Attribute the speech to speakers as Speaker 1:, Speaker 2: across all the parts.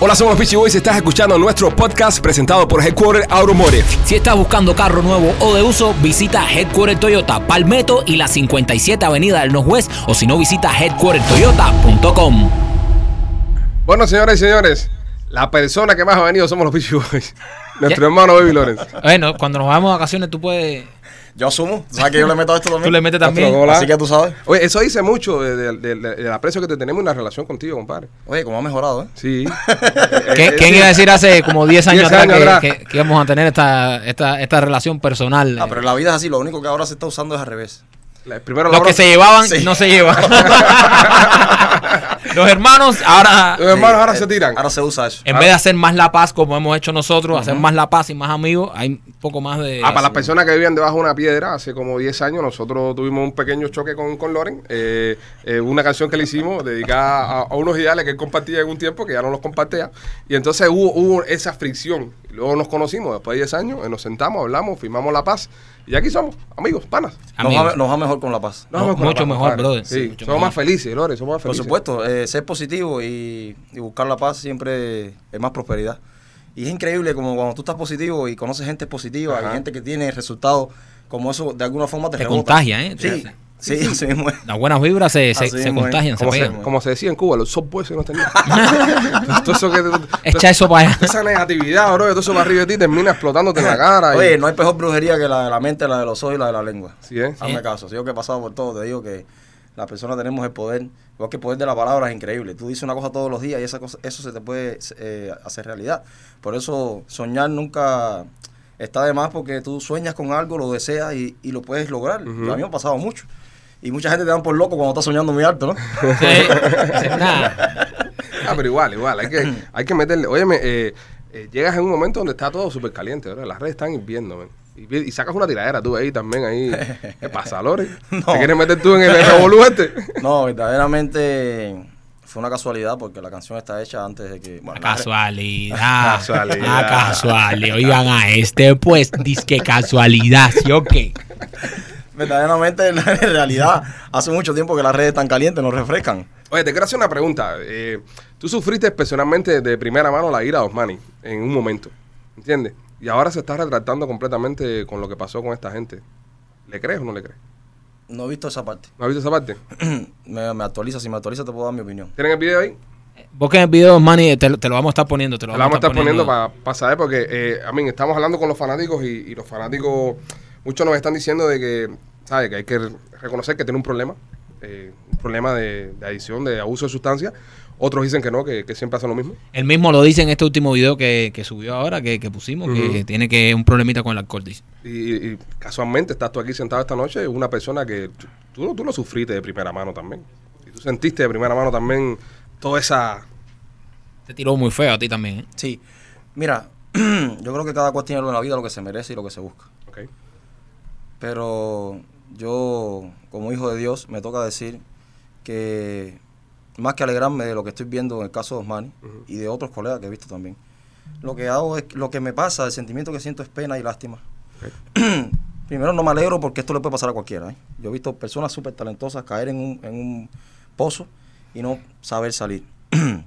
Speaker 1: Hola, somos los Peachy Boys. Estás escuchando nuestro podcast presentado por Headquarter Automotive.
Speaker 2: Si estás buscando carro nuevo o de uso, visita Headquarter Toyota Palmetto y la 57 Avenida del Northwest o si no, visita headquartertoyota.com.
Speaker 1: Bueno, señores y señores, la persona que más ha venido somos los Peachy Boys. Nuestro hermano Baby Lawrence.
Speaker 3: Bueno, cuando nos vamos de vacaciones tú puedes...
Speaker 4: Yo asumo. ¿Sabes que yo le meto a esto también?
Speaker 3: Tú le metes también.
Speaker 1: Otro gol. Hola.
Speaker 4: Así que tú sabes.
Speaker 1: Oye, eso dice mucho de- de- de- del aprecio que te tenemos y la relación contigo, compadre.
Speaker 4: Oye, cómo ha mejorado, ¿eh?
Speaker 1: Sí. Eh,
Speaker 3: ¿Qué- ¿Quién iba a decir hace como 10 años,
Speaker 1: 10 años
Speaker 3: atrás, que-
Speaker 1: atrás.
Speaker 3: Que, que íbamos a tener esta, esta, esta relación personal?
Speaker 4: Ah, pero la vida es así. Lo único que ahora se está usando es al revés.
Speaker 1: La- primero la
Speaker 3: Los que
Speaker 1: bronca.
Speaker 3: se llevaban
Speaker 4: Sí.
Speaker 3: no se llevan. Los hermanos ahora,
Speaker 1: Los hermanos
Speaker 4: Sí,
Speaker 1: ahora
Speaker 4: eh,
Speaker 1: se tiran.
Speaker 4: Ahora se usa eso.
Speaker 3: en vez de hacer más la paz como hemos hecho nosotros, hacer más la paz y más amigos, hay un poco más de...
Speaker 1: Ah, para las personas que vivían debajo de una piedra, hace como 10 años nosotros tuvimos un pequeño choque con, con Loren, eh, eh, una canción que le hicimos dedicada a, a unos ideales que él compartía en un tiempo, que ya no los compartía, y entonces hubo, hubo esa fricción. Luego nos conocimos, después de 10 años, eh, nos sentamos, hablamos, firmamos la paz, y aquí somos, amigos, panas.
Speaker 4: Nos
Speaker 3: Amigos.
Speaker 4: va, nos va mejor con la paz.
Speaker 1: Nos
Speaker 3: No,
Speaker 1: vamos con la
Speaker 3: mucho mejor,
Speaker 1: compadre.
Speaker 3: brother,
Speaker 1: Sí,
Speaker 3: sí, mucho
Speaker 1: somos
Speaker 3: mejor.
Speaker 1: más felices, Loren, somos más
Speaker 4: Por
Speaker 1: felices.
Speaker 4: supuesto, eh, ser positivo y, y buscar la paz siempre es más prosperidad. Y es increíble como cuando tú estás positivo y conoces gente positiva,
Speaker 1: Ajá.
Speaker 4: hay gente que tiene resultados, como eso de alguna forma te,
Speaker 3: Te
Speaker 4: rebota.
Speaker 3: contagia, ¿eh? Te
Speaker 4: Sí,
Speaker 3: hace.
Speaker 4: sí, así mismo es.
Speaker 3: Las buenas vibras se, se,
Speaker 4: Así
Speaker 3: se
Speaker 4: mismo es.
Speaker 3: contagian, se
Speaker 1: Como se,
Speaker 3: pegan.
Speaker 1: como se decía en Cuba, los softwares que no tenían. Todo eso que- todo-
Speaker 3: Echa eso para allá.
Speaker 1: toda esa negatividad, bro, todo eso para arriba de ti termina explotándote en la cara. y-
Speaker 4: Oye, no hay peor brujería que la de la mente, la de los ojos y la de la lengua.
Speaker 1: Sí, ¿eh?
Speaker 4: Hazme caso. Si yo que he pasado por todo, te digo que las personas tenemos el poder, igual que el poder de la palabra es increíble. Tú dices una cosa todos los días y esa cosa, eso se te puede eh, hacer realidad. Por eso soñar nunca está de más porque tú sueñas con algo, lo deseas y, y lo puedes lograr.
Speaker 1: Ujú.
Speaker 4: A mí me ha pasado mucho. Y mucha gente te dan por loco cuando estás soñando muy alto, ¿no?
Speaker 3: Sí. Nada.
Speaker 1: Ah, pero igual, igual, hay que, hay que meterle. Óyeme, eh, eh, llegas en un momento donde está todo súper caliente, ¿verdad? Las redes están hirviendo, men. Y, vi- y sacas una tiradera tú ahí también, ahí. ¿Qué pasa, Lore?
Speaker 4: No.
Speaker 1: ¿Te quieres meter tú en el revolú este?
Speaker 4: no, verdaderamente fue una casualidad porque la canción está hecha antes de que... bueno, la-
Speaker 3: Casualidad.
Speaker 1: Casualidad.
Speaker 3: Ah, casualidad. Oigan a este, pues, disque casualidad, ¿sí o qué?
Speaker 4: Verdaderamente, en realidad, hace mucho tiempo que las redes están calientes, nos refrescan.
Speaker 1: Oye, te quiero hacer una pregunta. Eh, tú sufriste personalmente de primera mano la ira de Osmani en un momento, ¿entiendes? Y ahora se está retratando completamente con lo que pasó con esta gente. ¿Le crees o no le crees?
Speaker 4: No he visto esa parte.
Speaker 1: ¿No has visto esa parte?
Speaker 4: me, me actualiza, si me actualiza te puedo dar mi opinión.
Speaker 1: ¿Tienen el video ahí?
Speaker 3: Busquen el video, Manny, te, lo- te lo vamos a estar poniendo. Te lo
Speaker 1: La vamos a estar poniendo
Speaker 3: para
Speaker 1: para saber porque, eh, a mí, estamos hablando con los fanáticos y, y los fanáticos, muchos nos están diciendo de que, ¿sabes? Que hay que re- reconocer que tiene un problema, eh, un problema de, de adicción, de abuso de sustancias. Otros dicen que no, que, que siempre hacen lo mismo.
Speaker 3: Él mismo lo dice en este último video que, que subió ahora, que, que pusimos, que-
Speaker 1: Ujú.
Speaker 3: que tiene que un problemita con el alcohol. dice.
Speaker 1: Y, y casualmente estás tú aquí sentado esta noche, una persona que tú- tú, lo- tú lo sufriste de primera mano también. Y tú sentiste de primera mano también toda esa...
Speaker 3: Te tiró muy feo a ti también. ¿eh?
Speaker 4: Sí, mira, yo creo que cada cual tiene en la vida lo que se merece y lo que se busca.
Speaker 1: Ok.
Speaker 4: Pero yo, como hijo de Dios, me toca decir que más que alegrarme de lo que estoy viendo en el caso de Osmani y de otros colegas que he visto también, lo que hago es, lo que me pasa, el sentimiento que siento es pena y lástima. Primero no me alegro porque esto le puede pasar a cualquiera. ¿eh? Yo he visto personas súper talentosas caer en un, en un pozo y no saber salir. en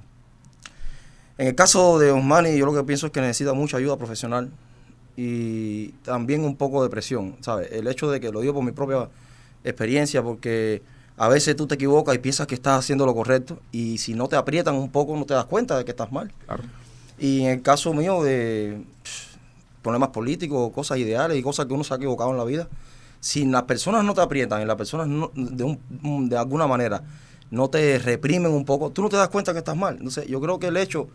Speaker 4: el caso de Osmani, yo lo que pienso es que necesita mucha ayuda profesional y también un poco de presión, ¿sabes? El hecho de que lo digo por mi propia experiencia, porque a veces tú te equivocas y piensas que estás haciendo lo correcto y si no te aprietan un poco no te das cuenta de que estás mal.
Speaker 1: Claro.
Speaker 4: Y en el caso mío de pff, problemas políticos, cosas ideales y cosas que uno se ha equivocado en la vida, si las personas no te aprietan y las personas no- de, un- un- de alguna manera no te reprimen un poco, tú no te das cuenta que estás mal. Entonces, yo creo que el hecho,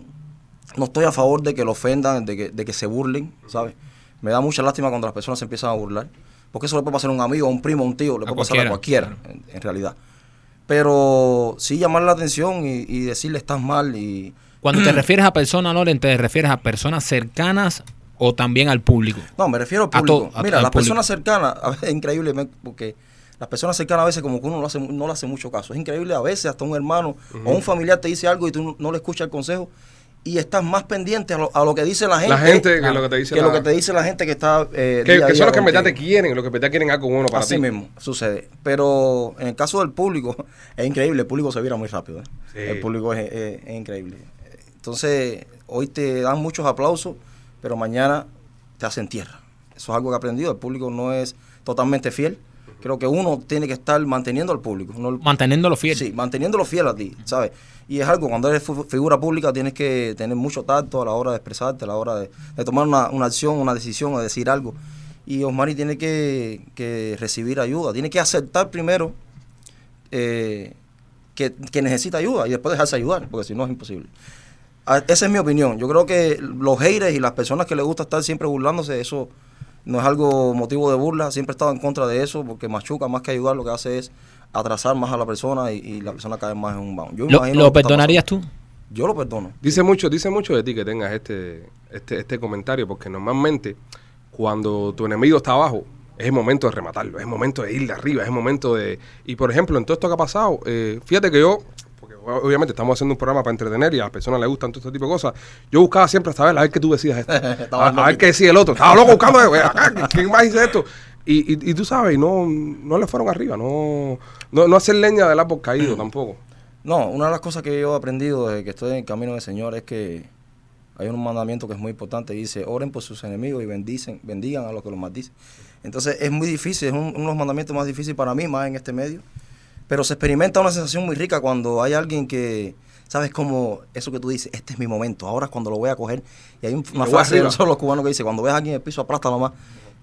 Speaker 4: no estoy a favor de que lo ofendan, de que, de que se burlen, ¿sabes? Me da mucha lástima cuando las personas se empiezan a burlar, porque eso le puede pasar a un amigo, a un primo, a un tío, le
Speaker 3: A
Speaker 4: puede pasar a
Speaker 3: cualquiera,
Speaker 4: cualquiera, en- en realidad. Pero sí llamar la atención y, y decirle estás mal y,
Speaker 3: Cuando te refieres a personas, Loren, te refieres a personas cercanas o también al público.
Speaker 4: No, me refiero al
Speaker 3: A
Speaker 4: público.
Speaker 3: todo, a
Speaker 4: Mira,
Speaker 3: todo el
Speaker 4: las personas cercanas, a veces es increíble me- porque las personas cercanas a veces como que uno no, hace, mu- no le hace mucho caso. Es increíble a veces hasta un hermano o un familiar te dice algo y tú no, no le escuchas el consejo y estás más pendiente a lo, a lo que dice la gente, Ah,
Speaker 1: gente que lo que te dice
Speaker 4: que
Speaker 1: la-
Speaker 4: lo que te dice la gente que está eh,
Speaker 1: Que, que
Speaker 4: día a día
Speaker 1: son los que en verdad te
Speaker 4: contigo.
Speaker 1: quieren, los que en verdad quieren algo bueno para
Speaker 4: Así
Speaker 1: ti.
Speaker 4: mismo sucede. Pero en el caso del público, es increíble, el público se vira muy rápido. ¿eh?
Speaker 1: Sí.
Speaker 4: El público es, es- es increíble. Eh, Entonces, hoy te dan muchos aplausos, pero mañana te hacen tierra. Eso es algo que he aprendido. El público no es totalmente fiel. Creo que uno tiene que estar manteniendo al público. No el-
Speaker 3: Manteniéndolo fiel.
Speaker 4: Sí, manteniéndolo fiel a ti, ¿sabes? Y es algo, cuando eres fu- figura pública tienes que tener mucho tacto a la hora de expresarte, a la hora de, de tomar una, una acción, una decisión, o decir algo. Y Osmani tiene que, que recibir ayuda, tiene que aceptar primero eh, que, que necesita ayuda y después dejarse ayudar, porque si no es imposible. A- Esa es mi opinión. Yo creo que los haters y las personas que les gusta estar siempre burlándose, eso no es algo motivo de burla. Siempre he estado en contra de eso porque machuca más que ayudar, lo que hace es atrasar más a la persona y, y la persona cae más en un bound. Yo
Speaker 3: ¿Lo,
Speaker 4: imagino
Speaker 3: lo
Speaker 4: que está
Speaker 3: perdonarías tú?
Speaker 4: pasando. Yo lo perdono.
Speaker 1: Dice mucho, dice mucho de ti que tengas este, este, este comentario, porque normalmente cuando tu enemigo está abajo, es el momento de rematarlo, es el momento de ir de arriba, es el momento de... Y por ejemplo, en todo esto que ha pasado, eh, fíjate que yo, porque o- obviamente estamos haciendo un programa para entretener y a las personas les gustan todo este tipo de cosas, yo buscaba siempre saber, a ver qué tú decías esto, a,
Speaker 4: Estaba
Speaker 1: a ver qué decía el otro, estaba loco buscando, eh, acá, ¿quién más dice esto? Y, y, y tú sabes, y no, no le fueron arriba, no, no, no hacer leña del árbol caído tampoco.
Speaker 4: No, una de las cosas que yo he aprendido desde que estoy en el camino del Señor es que hay un mandamiento que es muy importante y dice, oren por sus enemigos y bendicen, bendigan a los que los maldicen. Entonces es muy difícil, es un- uno de los mandamientos más difíciles para mí, más en este medio. Pero se experimenta una sensación muy rica cuando hay alguien que, ¿sabes cómo? Eso que tú dices, este es mi momento, ahora es cuando lo voy a coger. Y hay un- una
Speaker 1: voy
Speaker 4: frase de
Speaker 1: arriba.
Speaker 4: nosotros los cubanos que dice, cuando ves a alguien en el piso, aplástalo más.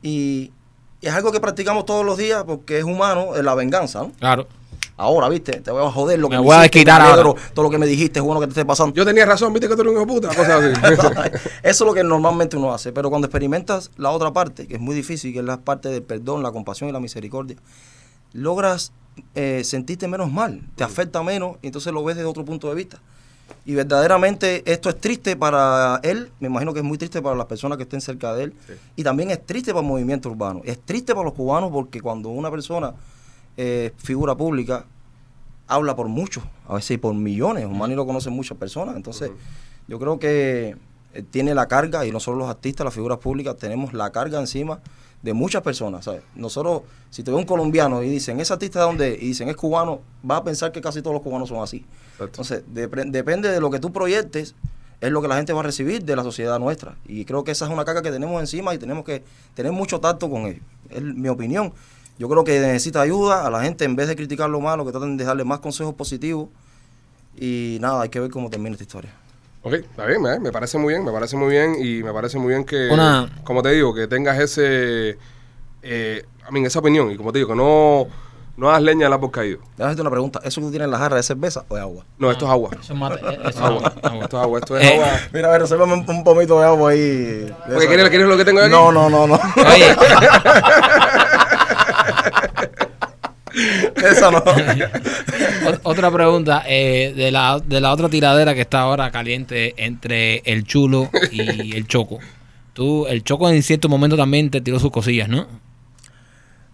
Speaker 4: Y y es algo que practicamos todos los días porque es humano, es la venganza, ¿no?
Speaker 3: Claro.
Speaker 4: Ahora, viste, te voy a joder lo
Speaker 3: Me
Speaker 4: que
Speaker 3: voy a
Speaker 4: hiciste,
Speaker 3: desquitar
Speaker 4: me
Speaker 3: ahora.
Speaker 4: alegro, todo lo que me dijiste, es bueno que te esté pasando.
Speaker 1: Yo tenía razón, viste que tú eres un hijo de puta, cosas así.
Speaker 4: Eso es lo que normalmente uno hace, pero cuando experimentas la otra parte, que es muy difícil, que es la parte del perdón, la compasión y la misericordia, logras eh, sentirte menos mal, te afecta menos, y entonces lo ves desde otro punto de vista. Y verdaderamente esto es triste para él, me imagino que es muy triste para las personas que estén cerca de él, y también es triste para el movimiento urbano, es triste para los cubanos porque cuando una persona, eh, figura pública, habla por muchos, a veces por millones, Humani lo conocen muchas personas, entonces yo creo que eh, tiene la carga, y nosotros los artistas, las figuras públicas, tenemos la carga encima de muchas personas, ¿sabes? Nosotros, si te ve un colombiano y dicen, ese artista de dónde, es?", y dicen, es cubano, vas a pensar que casi todos los cubanos son así.
Speaker 1: Exacto.
Speaker 4: Entonces, depre- depende de lo que tú proyectes, es lo que la gente va a recibir de la sociedad nuestra. Y creo que esa es una carga que tenemos encima y tenemos que tener mucho tacto con ello. Es mi opinión. Yo creo que necesita ayuda a la gente, en vez de criticar lo malo, que traten de darle más consejos positivos. Y nada, hay que ver cómo termina esta historia.
Speaker 1: Ok, está bien, ¿eh? me, me parece muy bien, me parece muy bien y me parece muy bien que,
Speaker 3: Una-
Speaker 1: como te digo, que tengas ese, eh, a mí, esa opinión y como te digo, que no, no hagas leña al árbol caído.
Speaker 4: Déjame hacerte una pregunta. ¿Eso que tú tienes en la jarra es cerveza o es agua?
Speaker 1: No, esto es agua.
Speaker 3: Eso mata. eh, Eso
Speaker 1: Agua, esto es agua, esto es
Speaker 3: Ah, Eh.
Speaker 1: agua.
Speaker 4: Mira, a ver, resérvame un, un pomito de agua ahí. de
Speaker 1: Oye,
Speaker 4: esa.
Speaker 1: ¿quieres, ¿quieres lo que tengo aquí?
Speaker 4: No, no, no, no.
Speaker 3: Oye,
Speaker 4: Esa no.
Speaker 3: o- otra pregunta. eh, de, la, de la otra tiradera que está ahora caliente entre el chulo y el choco. Tú, el choco en cierto momento también te tiró sus cosillas, ¿no?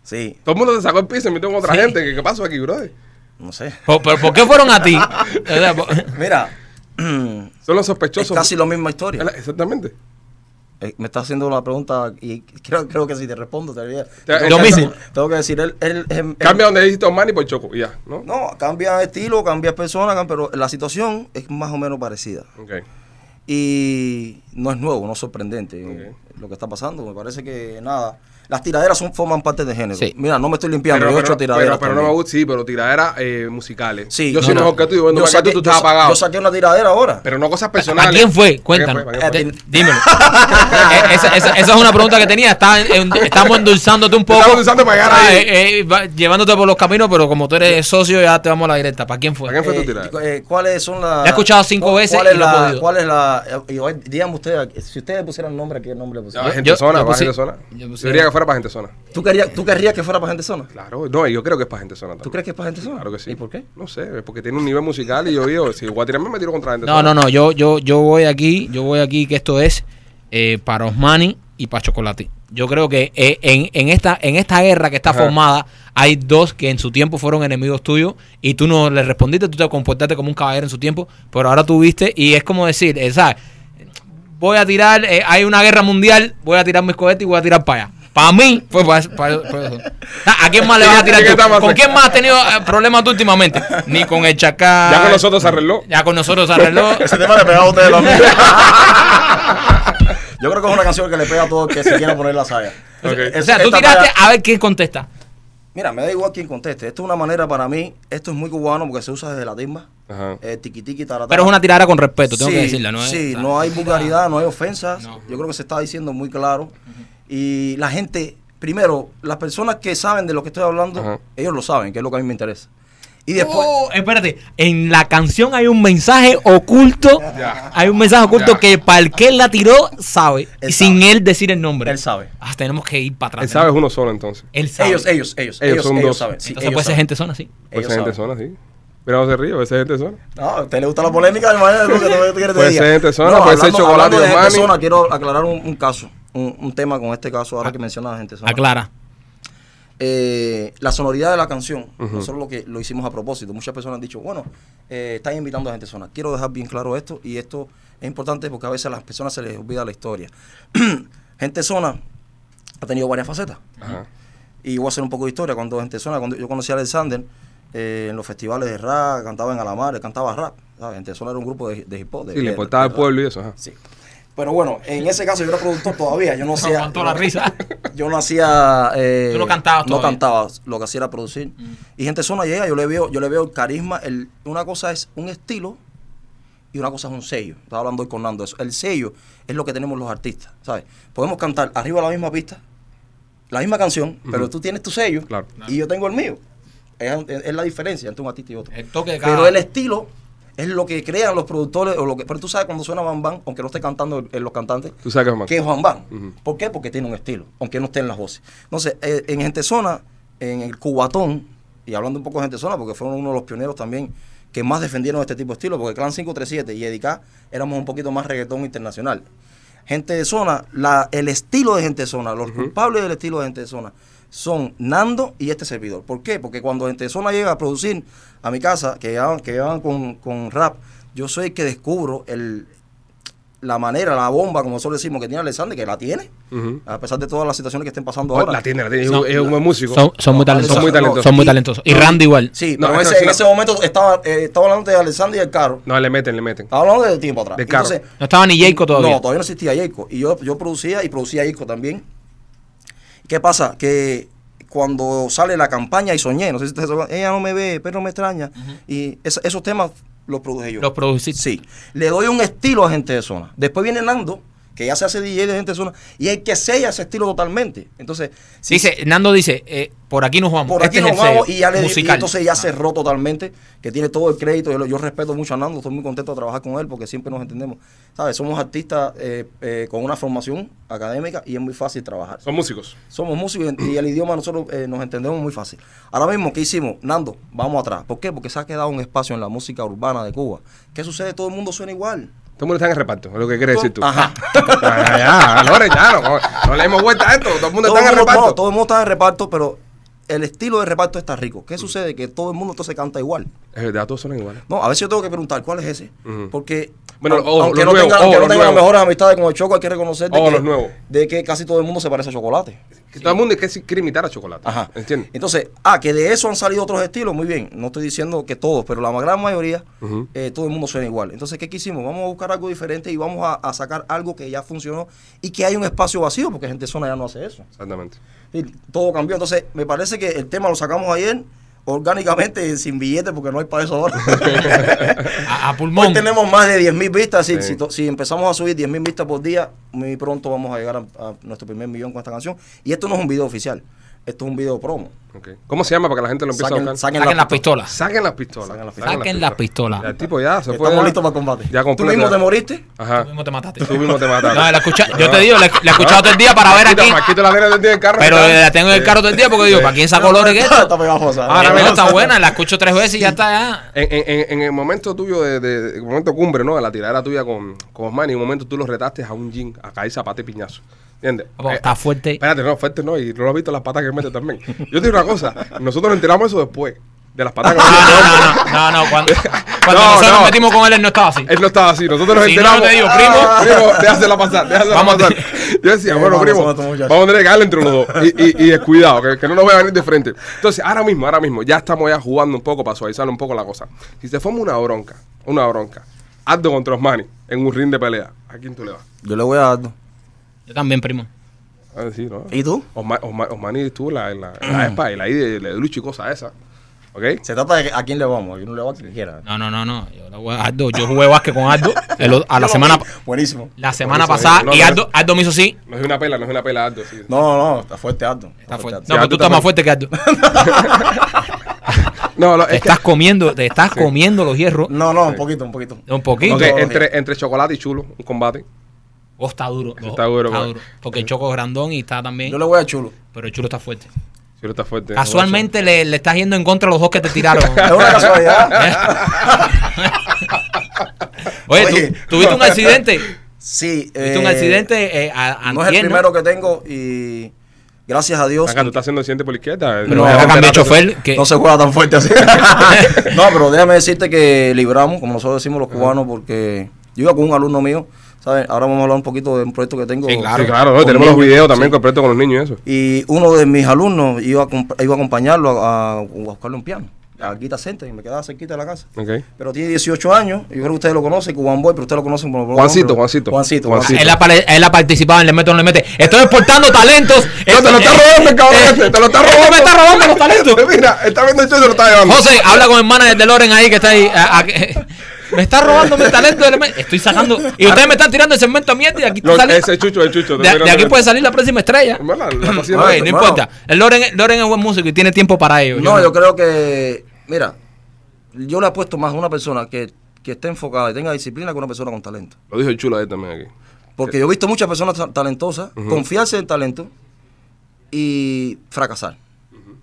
Speaker 4: Sí,
Speaker 1: Todo el mundo se sacó el piso y me tengo otra
Speaker 3: Sí.
Speaker 1: gente. ¿Qué, qué pasó aquí, brother?
Speaker 4: no sé.
Speaker 3: ¿Por, por, por qué fueron a ti? O sea, por-
Speaker 4: Mira,
Speaker 1: Son los
Speaker 4: es
Speaker 1: sospechosos.
Speaker 4: casi la misma historia.
Speaker 1: Es la- Exactamente.
Speaker 4: Eh, Me está haciendo la pregunta y creo, creo que si te respondo te olvidas.
Speaker 1: Yo
Speaker 4: Tengo que-
Speaker 3: mismo.
Speaker 4: Tengo que decir, él, él- él-
Speaker 1: Cambia donde dijiste Osmani por Choco y ya, ¿no?
Speaker 4: No, cambia estilo, cambia persona, cambia- pero la situación es más o menos parecida.
Speaker 1: Ok.
Speaker 4: Y no es nuevo, no es sorprendente eh, lo que está pasando. Me parece que nada. Las tiraderas son, forman parte de género.
Speaker 3: Sí.
Speaker 4: Mira, no me estoy limpiando,
Speaker 1: Pero,
Speaker 4: yo he
Speaker 1: pero,
Speaker 4: hecho
Speaker 1: pero,
Speaker 4: tiraderas.
Speaker 1: pero no me
Speaker 4: también.
Speaker 1: gusta, sí, pero tiraderas eh, musicales.
Speaker 4: Sí,
Speaker 1: yo soy
Speaker 4: no, no.
Speaker 1: mejor que tú y bueno,
Speaker 4: Yo
Speaker 1: mejor que
Speaker 4: saqué-
Speaker 1: tú, tú
Speaker 4: yo
Speaker 1: estabas
Speaker 4: sa-
Speaker 1: apagado.
Speaker 4: Yo saqué una tiradera ahora.
Speaker 1: Pero no cosas
Speaker 3: ¿A
Speaker 1: personales.
Speaker 3: quién
Speaker 1: ¿A
Speaker 3: fue?
Speaker 1: quién
Speaker 3: Cuéntanos.
Speaker 1: fue? ¿A quién fue?
Speaker 4: Eh,
Speaker 3: Di- Dímelo. Eh, esa, esa- esa es una pregunta que tenía. Está- en- estamos endulzándote un poco.
Speaker 1: Estamos endulzando para llegar
Speaker 3: Ah,
Speaker 1: ahí.
Speaker 3: eh, eh, va- llevándote por los caminos, pero como tú eres socio, ya te vamos a la directa. ¿Para quién fue?
Speaker 1: ¿Para quién fue tu
Speaker 4: Eh,
Speaker 1: tiradera?
Speaker 4: eh, ¿Cuáles son las.?
Speaker 3: La he escuchado cinco
Speaker 4: cu-
Speaker 3: veces
Speaker 4: ¿Cuál
Speaker 3: y
Speaker 4: es
Speaker 3: no he
Speaker 4: la.?
Speaker 3: podido.
Speaker 4: ¿Cuál es la.? eh, y hoy- díganme ustedes, eh, si ustedes pusieran nombre, ¿qué nombre le
Speaker 1: Ah,
Speaker 4: pusieran?
Speaker 1: gente
Speaker 3: yo-
Speaker 1: zona,
Speaker 3: yo
Speaker 1: para
Speaker 3: puse-
Speaker 1: gente zona.
Speaker 3: yo
Speaker 1: Yo
Speaker 3: puse-
Speaker 1: diría que fuera para gente zona.
Speaker 4: ¿Tú, querías, ¿Tú querrías que fuera para gente zona?
Speaker 1: Claro, no, yo creo que es para gente zona.
Speaker 4: ¿Tú
Speaker 1: también.
Speaker 4: crees que es para gente zona?
Speaker 1: Claro que sí.
Speaker 4: ¿Y por qué?
Speaker 1: No sé, porque tiene un nivel musical y yo digo, si voy a tirarme, me tiro contra gente
Speaker 3: No, no, no. Yo, yo, yo voy aquí, yo voy aquí que esto es eh, para Osmani y para Chocolate. Yo creo que eh, en, en esta, en esta guerra que está
Speaker 1: Ajá.
Speaker 3: formada hay dos que en su tiempo fueron enemigos tuyos y tú no le respondiste, tú te comportaste como un caballero en su tiempo, pero ahora tú viste y es como decir, eh, ¿sabes? Voy a tirar, eh, hay una guerra mundial, voy a tirar mis cohetes y voy a tirar para allá. Para mí fue para eso. para- para eso. pues, ah, ¿A a quién más le vas a tirar
Speaker 1: ¿Y qué
Speaker 3: tú?
Speaker 1: tal, Marcelo?
Speaker 3: ¿Con quién más has tenido eh, problemas tú últimamente? Ni con el Chacá.
Speaker 1: Ya con nosotros se arregló.
Speaker 3: Ah, Ya con nosotros se arregló.
Speaker 4: Ese tema le pegaba a ustedes los míos. Yo creo que es una canción que le pega a todo el que se quiera poner la saya.
Speaker 1: Ok.
Speaker 3: O sea, tú
Speaker 4: esta
Speaker 3: tiraste
Speaker 4: playa-
Speaker 3: a ver quién contesta.
Speaker 4: Mira, me da igual quién conteste. Esto es una manera para mí, esto es muy cubano porque se usa desde la timba.
Speaker 1: Ajá.
Speaker 4: Eh, tiqui tiqui, taratá.
Speaker 3: Pero es una tirada con respeto, tengo
Speaker 4: sí,
Speaker 3: que decirla, ¿no? es-
Speaker 4: Sí,
Speaker 3: está-
Speaker 4: no hay vulgaridad, no hay ofensas.
Speaker 3: No.
Speaker 4: Yo creo que se está diciendo muy claro. Y la gente, primero, las personas que saben de lo que estoy hablando,
Speaker 1: Ajá.
Speaker 4: ellos lo saben, que es lo que a mí me interesa. Y después,
Speaker 3: Oh, espérate, en la canción hay un mensaje oculto.
Speaker 1: Ya.
Speaker 3: Hay un mensaje oculto
Speaker 1: Ya.
Speaker 3: que para el que la tiró sabe.
Speaker 4: Él
Speaker 3: y sin
Speaker 4: sabe.
Speaker 3: él decir el nombre.
Speaker 4: él sabe.
Speaker 3: Ah, tenemos que ir para atrás.
Speaker 1: Él sabe es uno solo entonces.
Speaker 3: Él sabe.
Speaker 4: Ellos, ellos, ellos, ellos,
Speaker 1: Ellos
Speaker 4: ellos,
Speaker 1: son dos.
Speaker 4: saben. sí,
Speaker 3: Entonces
Speaker 4: ellos
Speaker 3: puede ser
Speaker 4: saben.
Speaker 3: gente zona, sí.
Speaker 1: Pues
Speaker 4: Ellos
Speaker 1: esa gente
Speaker 4: saben.
Speaker 1: zona, sí. Mira, José Río, esa gente zona.
Speaker 4: No, a usted le gusta la polémica, imagínate lo que tú quieres
Speaker 1: Puede
Speaker 4: decir.
Speaker 1: ser gente zona, puede ser chocolate
Speaker 4: hablando de gente
Speaker 1: Omani.
Speaker 4: zona, quiero aclarar un, un caso, un, un tema con este caso
Speaker 3: Ah.
Speaker 4: ahora que mencionas gente zona.
Speaker 3: Aclara.
Speaker 4: Eh, la sonoridad de la canción,
Speaker 1: Ujú.
Speaker 4: nosotros lo que lo hicimos a propósito. Muchas personas han dicho, bueno, eh, están invitando a gente zona. Quiero dejar bien claro esto y esto es importante porque a veces a las personas se les olvida la historia. gente zona ha tenido varias facetas.
Speaker 1: Ajá.
Speaker 4: Y voy a hacer un poco de historia. Cuando gente zona, cuando yo conocí a Alexander, eh, en los festivales de rap, cantaba en Alamares, cantaba rap. ¿sabes? Gente zona era un grupo de, de hip hop. de-
Speaker 1: Y
Speaker 4: de-
Speaker 1: le importaba
Speaker 4: de
Speaker 1: al
Speaker 4: rap.
Speaker 1: pueblo y eso, ajá.
Speaker 4: Sí. Pero bueno, en ese caso yo era productor todavía. Yo no hacía.
Speaker 3: aguantó la
Speaker 4: yo-
Speaker 3: risa.
Speaker 4: Yo no hacía. eh,
Speaker 3: Tú no cantabas
Speaker 4: No
Speaker 3: todavía. Mm.
Speaker 4: cantaba. Lo que hacía era producir. Y gente zona llega, yo le veo, yo le veo el carisma. El, una cosa es un estilo y una cosa es un sello. Estaba hablando hoy con Nando de eso. El sello es lo que tenemos los artistas. ¿Sabes? Podemos cantar arriba la misma pista, la misma canción, pero tú tienes tu sello
Speaker 1: Claro.
Speaker 4: y yo tengo el mío. Es, es la diferencia entre un artista y otro.
Speaker 3: El toque de cada-
Speaker 4: Pero el estilo es lo que crean los productores. O lo que, pero tú sabes cuando suena Bam Bam, aunque no esté cantando el- los cantantes,
Speaker 1: Tú sabes que es más.
Speaker 4: que es Juan Bam.
Speaker 1: Ujú.
Speaker 4: ¿Por qué? Porque tiene un estilo, aunque no esté en las voces. Entonces, eh, en Gente Zona, en el Cubatón, y hablando un poco de Gente Zona, porque fueron uno de los pioneros también que más defendieron este tipo de estilo, porque Clan 537 y Edicá éramos un poquito más reggaetón internacional. Gente de Zona, la, el estilo de Gente de Zona, los culpables del estilo de Gente de Zona son Nando y este servidor. ¿Por qué? Porque cuando Gente de Zona llega a producir a mi casa, que llegaban, que llegaban con, con rap, yo soy el que descubro el, la manera, la bomba, como nosotros decimos, que tiene Alexander, que la tiene,
Speaker 1: Ujú.
Speaker 4: a pesar de todas las situaciones que estén pasando
Speaker 1: Oh,
Speaker 4: ahora.
Speaker 1: La tiene, la tiene. Es
Speaker 3: No,
Speaker 1: un- es un buen músico.
Speaker 3: Son, son muy
Speaker 4: No,
Speaker 3: talentosos.
Speaker 1: son muy talentosos.
Speaker 3: Son muy talentosos. Y Randy igual.
Speaker 4: Sí,
Speaker 1: No,
Speaker 4: pero
Speaker 1: eso
Speaker 4: ese-
Speaker 1: sí,
Speaker 4: en
Speaker 1: no.
Speaker 4: ese momento estaba, eh, estaba hablando de Alexander y el carro.
Speaker 1: No, le meten, le meten.
Speaker 4: Estaba hablando de tiempo atrás.
Speaker 1: Del carro.
Speaker 3: No estaba ni Jacob todavía.
Speaker 4: No, todavía no existía Jayco. Y yo, yo producía y producía Jayco también. ¿Qué pasa? Que cuando sale la campaña y soñé, no sé si ustedes se acuerdan, ella no me ve, pero no me extraña. Y esa- esos temas los produje yo.
Speaker 3: Los produciste.
Speaker 4: Sí. Le doy un estilo a gente de zona. Después viene Nando, que ya se hace DJ de gente de zona, y hay que sella ese estilo totalmente. Entonces, si-
Speaker 3: Dice, Nando dice, eh, por aquí nos vamos.
Speaker 4: por
Speaker 3: Este
Speaker 4: aquí
Speaker 3: es
Speaker 4: nos
Speaker 3: el
Speaker 4: vamos
Speaker 3: sello
Speaker 4: y ya le y
Speaker 3: musical. Ah.
Speaker 4: entonces ya cerró totalmente, que tiene todo el crédito. Yo, lo- yo respeto mucho a Nando, estoy muy contento de trabajar con él porque siempre nos entendemos. ¿Sabes? Somos artistas eh, eh, con una formación académica y es muy fácil trabajar.
Speaker 1: Son músicos.
Speaker 4: Somos músicos y y el idioma nosotros eh, nos entendemos muy fácil. Ahora mismo, ¿qué hicimos? Nando, vamos atrás. ¿Por qué? Porque se ha quedado un espacio en la música urbana de Cuba. ¿Qué sucede? Todo el mundo suena igual.
Speaker 1: Todo el mundo está en el reparto, es lo que quiere decir tú.
Speaker 4: Ajá.
Speaker 1: Ya, ya, ya, Lore, ya, no, no le demos vuelta a esto. Todo el mundo está en el
Speaker 4: mundo-
Speaker 1: reparto.
Speaker 4: no, todo el mundo está en reparto, pero el estilo de reparto está rico. ¿Qué sucede? Que todo el mundo entonces canta igual.
Speaker 1: Es verdad, todos son iguales.
Speaker 4: No, a veces yo tengo que preguntar cuál es ese.
Speaker 1: Ujú.
Speaker 4: Porque
Speaker 1: Bueno,
Speaker 4: au-
Speaker 1: ojo,
Speaker 4: aunque
Speaker 1: los
Speaker 4: no
Speaker 1: nuevos,
Speaker 4: tenga, aunque
Speaker 1: ojo,
Speaker 4: no
Speaker 1: los
Speaker 4: tenga las
Speaker 1: nuevos.
Speaker 4: mejores amistades con el Choco, hay que reconocer de,
Speaker 1: Ojo,
Speaker 4: que,
Speaker 1: los nuevos.
Speaker 4: de que casi todo el mundo se parece a Chocolate.
Speaker 1: Que Todo el mundo quiere, quiere imitar a chocolate.
Speaker 4: Ajá.
Speaker 1: ¿Entiendes?
Speaker 4: Entonces, ah, que de eso han salido otros estilos, muy bien. No estoy diciendo que todos, pero la gran mayoría,
Speaker 1: Ujú.
Speaker 4: eh, todo el mundo suena igual. Entonces, ¿qué quisimos? Vamos a buscar algo diferente y vamos a, a sacar algo que ya funcionó y que hay un espacio vacío, porque gente zona ya no hace eso.
Speaker 1: Exactamente.
Speaker 4: Y todo cambió. Entonces, me parece que el tema lo sacamos ayer orgánicamente, sin billetes, porque no hay para eso ahora.
Speaker 3: A, a
Speaker 4: Hoy
Speaker 3: pulmón.
Speaker 4: tenemos más de 10.000 vistas. Si,
Speaker 1: Sí.
Speaker 4: si to- si empezamos a subir 10.000 vistas por día, muy pronto vamos a llegar a, a nuestro primer millón con esta canción. Y esto no es un video oficial, esto es un video promo.
Speaker 1: Ok. ¿Cómo se llama para que la gente lo empiece a buscar?
Speaker 4: Saquen, saquen
Speaker 3: Saquen
Speaker 4: la
Speaker 3: las
Speaker 4: pistola.
Speaker 3: pistolas.
Speaker 1: Saquen las pistolas.
Speaker 4: Saquen las
Speaker 3: Saquen las pistolas.
Speaker 1: Ya, El tipo ya se fue.
Speaker 4: Estamos
Speaker 1: ya.
Speaker 4: listos para el combate.
Speaker 1: Ya
Speaker 4: ¿Tú
Speaker 1: completo.
Speaker 4: mismo te moriste?
Speaker 1: Ajá.
Speaker 3: Tú mismo te mataste.
Speaker 1: Ah. Tú mismo te mataste.
Speaker 3: No, la escucha- yo te digo, la, la he escuchado todo el día para ver
Speaker 1: Marquito,
Speaker 3: aquí.
Speaker 1: Marquito la tiene todo el día en el carro.
Speaker 3: Pero
Speaker 1: ¿verdad? Eh,
Speaker 3: la tengo en el carro todo el día porque digo, ¿para quién sacó Lore que esto?
Speaker 4: Está pegajosa.
Speaker 1: Ahora
Speaker 3: Eh,
Speaker 1: mismo.
Speaker 3: bueno, está buena, la escucho tres veces y ya está ya.
Speaker 1: En, en- en- en el momento tuyo, de, de- el momento cumbre, ¿no? De la tiradera tuya con, con Osman, y un momento tú lo retaste a un jean, a caer zapate y piñazo. ¿Entiendes?
Speaker 3: Papá,
Speaker 1: Eh,
Speaker 3: Está fuerte.
Speaker 1: Espérate, no, fuerte no, y no lo has visto las patas que mete también. Yo te digo una cosa, nosotros nos enteramos eso después, de las patas que
Speaker 3: No,
Speaker 1: mete.
Speaker 3: no, no, no, no, no, cuando, Cuando
Speaker 1: No,
Speaker 3: nosotros
Speaker 1: no. Eh.
Speaker 3: nos metimos con él, él no estaba así.
Speaker 1: Él no estaba así, nosotros nos
Speaker 3: Si no,
Speaker 1: enteramos. Ah,
Speaker 3: te digo, primo.
Speaker 1: primo, déjasela pasar, déjasela
Speaker 3: Vamos,
Speaker 1: pasar. Yo decía, bueno,
Speaker 4: vamos,
Speaker 1: primo,
Speaker 4: vamos, vamos,
Speaker 1: vamos,
Speaker 4: muchachos.
Speaker 1: a tener que darle entre los dos. Y, y, y descuidado, que, que no nos vaya a venir de frente. Entonces, ahora mismo, ahora mismo, ya estamos ya jugando un poco para suavizar un poco la cosa. Si se forma una bronca, una bronca, Aldo contra Osmani en un ring de pelea, ¿a quién tú le vas?
Speaker 4: Yo le voy a dar.
Speaker 3: Yo también, primo.
Speaker 1: A ver, Ah, sí, ¿no?
Speaker 4: ¿Y tú?
Speaker 1: Osma- Osma- Osmani estuvo en la, en la, en la ESPA y la I de, de Lucho y cosas esas. ¿Ok?
Speaker 4: Se trata de a quién le vamos, a quién no le va a quien quiera.
Speaker 3: No, no, no, no. Yo, la voy a- Aldo, yo jugué básquet con Aldo el o- a la semana,
Speaker 4: Buenísimo.
Speaker 3: la semana
Speaker 1: Por eso,
Speaker 3: pasada
Speaker 1: no,
Speaker 3: y
Speaker 1: no,
Speaker 3: Aldo, Aldo me hizo así.
Speaker 1: No es una pela, no es una pela, Aldo. Sí.
Speaker 4: No, no, está fuerte Aldo.
Speaker 3: Está fuerte.
Speaker 1: Sí,
Speaker 3: No, pero
Speaker 1: Aldo
Speaker 3: tú estás
Speaker 1: también.
Speaker 3: más fuerte que Aldo.
Speaker 1: No, no,
Speaker 3: Te
Speaker 1: es que.
Speaker 3: estás comiendo, te estás comiendo los hierros.
Speaker 4: No, no, un poquito, un poquito.
Speaker 3: Un poquito.
Speaker 1: Ok,
Speaker 4: No, no,
Speaker 1: entre, entre chocolate y chulo, un combate.
Speaker 3: Oh, está duro. oh,
Speaker 1: Está duro, güey.
Speaker 3: Porque el Choco es grandón y está también.
Speaker 4: Yo le voy a chulo.
Speaker 3: Pero el chulo está fuerte.
Speaker 1: Chulo está fuerte.
Speaker 3: Casualmente le, le estás yendo en contra a los dos que te tiraron.
Speaker 4: Es una casualidad.
Speaker 3: Eh. Oye,
Speaker 4: Oye.
Speaker 3: ¿tú, tuviste un accidente.
Speaker 4: Sí.
Speaker 3: Tuviste un
Speaker 4: eh,
Speaker 3: accidente eh, a-
Speaker 4: No es el
Speaker 3: antier, ¿no?
Speaker 4: primero que tengo y gracias a Dios.
Speaker 1: Acá tú estás haciendo accidente por la izquierda.
Speaker 3: Pero
Speaker 4: No,
Speaker 3: acá cambié de
Speaker 1: enteraste.
Speaker 3: chofer. Que,
Speaker 4: No se juega tan fuerte así. no, pero déjame decirte que libramos, como nosotros decimos los cubanos, porque yo iba con un alumno mío, ¿sabes? Ahora vamos a hablar un poquito de un proyecto que tengo.
Speaker 1: Sí, claro,
Speaker 4: con
Speaker 1: claro. ¿no? Tenemos los
Speaker 4: niños,
Speaker 1: videos también
Speaker 4: sí.
Speaker 1: completos con los niños y eso.
Speaker 4: Y uno de mis alumnos iba a, comp- iba a acompañarlo a, a buscarle un piano, a Guitar Center, y me quedaba cerquita de la casa.
Speaker 3: Este
Speaker 1: Ok.
Speaker 4: Pero tiene 18 años, y yo creo que ustedes lo conocen, Cuban Boy, pero ustedes lo conocen por por otro
Speaker 1: Juancito,
Speaker 4: nombre.
Speaker 1: Juancito. Juancito.
Speaker 4: Juancito, Juancito.
Speaker 3: él, ha, pare- él ha participado en Le Meto o No Le Mete. Estoy exportando talentos. eh,
Speaker 1: No, te lo está robando el cabrón este, te lo está robando.
Speaker 3: me está robando los talentos.
Speaker 1: Mira, está viendo el show y se lo está llevando.
Speaker 3: José, habla con el manager de Loren ahí que está ahí. a- a- me está robando mi talento. de Le Mete. Estoy sacando. Y ustedes me están tirando el segmento a mierda y aquí
Speaker 1: No,
Speaker 3: sale-
Speaker 1: ese es Chucho, el Chucho. te
Speaker 3: De,
Speaker 1: estoy
Speaker 3: de aquí
Speaker 1: mirando.
Speaker 3: puede salir la próxima estrella.
Speaker 1: Bueno, la- la
Speaker 3: Oye,
Speaker 1: próxima-
Speaker 4: Ay,
Speaker 3: no
Speaker 4: hermano.
Speaker 3: importa. El Loren, Loren es buen músico y tiene tiempo para ello.
Speaker 4: No, yo creo que, mira, yo le apuesto más a una persona que, que esté enfocada y tenga disciplina que una persona con talento.
Speaker 1: Lo dijo el chulo de también aquí.
Speaker 4: Porque yo he visto muchas personas ta- talentosas confiarse en talento y fracasar.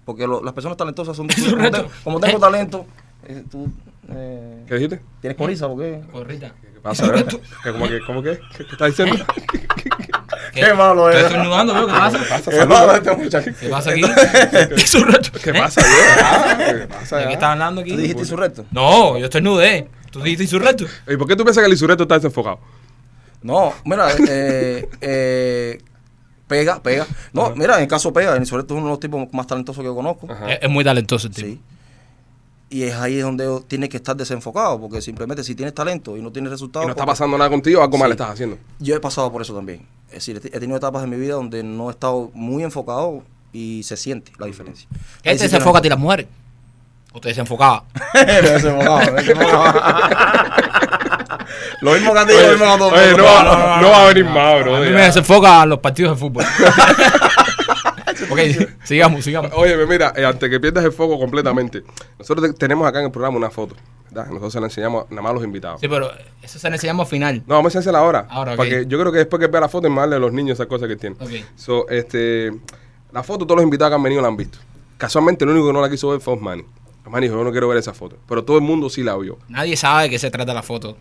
Speaker 4: Porque lo- las personas talentosas son...
Speaker 3: un
Speaker 4: como,
Speaker 3: reto.
Speaker 4: tengo, como tengo talento, eh, tú eh,
Speaker 1: ¿Qué dijiste?
Speaker 4: tienes coriza, ¿por qué?
Speaker 3: Corrita.
Speaker 1: ¿Qué pasa? eh? ¿Qué, ¿Cómo que? ¿Cómo que? ¿Qué, qué estás diciendo?
Speaker 4: Qué malo
Speaker 3: Estoy
Speaker 4: es.
Speaker 3: estornudando, veo, ¿qué pasa?
Speaker 4: Qué malo este muchacho.
Speaker 3: ¿Qué pasa aquí? Es un reto.
Speaker 1: ¿Qué
Speaker 3: ¿Eh?
Speaker 1: pasa? ya? ¿Qué pasa?
Speaker 3: ¿De qué
Speaker 1: ya?
Speaker 3: estás hablando
Speaker 4: ¿Tú
Speaker 3: aquí?
Speaker 4: dijiste su reto?
Speaker 3: No, yo estornudé. Tú dijiste su reto.
Speaker 1: ¿Y por qué tú piensas que el Isureto está desenfocado?
Speaker 4: No, mira, eh, eh, pega, pega. No, mira, en el caso pega, sobre todo es uno de los tipos más talentosos que conozco.
Speaker 1: Ajá.
Speaker 3: Es, es muy talentoso el tipo.
Speaker 4: Sí. Y es ahí donde tienes que estar desenfocado, porque simplemente si tienes talento y no tienes
Speaker 1: Y
Speaker 4: resultados.
Speaker 1: no está
Speaker 4: porque-
Speaker 1: pasando nada contigo, algo mal estás haciendo.
Speaker 4: Yo he pasado por eso también. Es decir, he tenido etapas en mi vida donde no he estado muy enfocado y se siente la diferencia.
Speaker 3: ¿Qué te desenfoca a Este ti las mujeres? ¿O te desenfocaba?
Speaker 4: Desenfocado, desenfocado. Lo mismo que han dicho, lo mismo que han dicho.
Speaker 1: Oye, no, va- no va a venir más, bro.
Speaker 3: A mí
Speaker 1: ya.
Speaker 3: me desenfoca a los partidos de fútbol. ok, sigamos, sigamos.
Speaker 1: Oye, mira, eh, antes que pierdas el foco completamente, nosotros te- tenemos acá en el programa una foto, ¿verdad? Nosotros se la enseñamos nada más a los invitados.
Speaker 3: Sí, pero eso se necesita al final.
Speaker 1: No, vamos a enseñársela ahora.
Speaker 3: Ahora, ok.
Speaker 1: Porque yo creo que después que vea la foto, es más de los niños esas cosas que tienen.
Speaker 3: Ok.
Speaker 1: So, este, la foto, todos los invitados que han venido la han visto. Casualmente, el único que no la quiso ver fue Osmani. Osmani dijo, yo no quiero ver esa foto. Pero todo el mundo sí la vio.
Speaker 3: Nadie sabe de qué se trata la foto.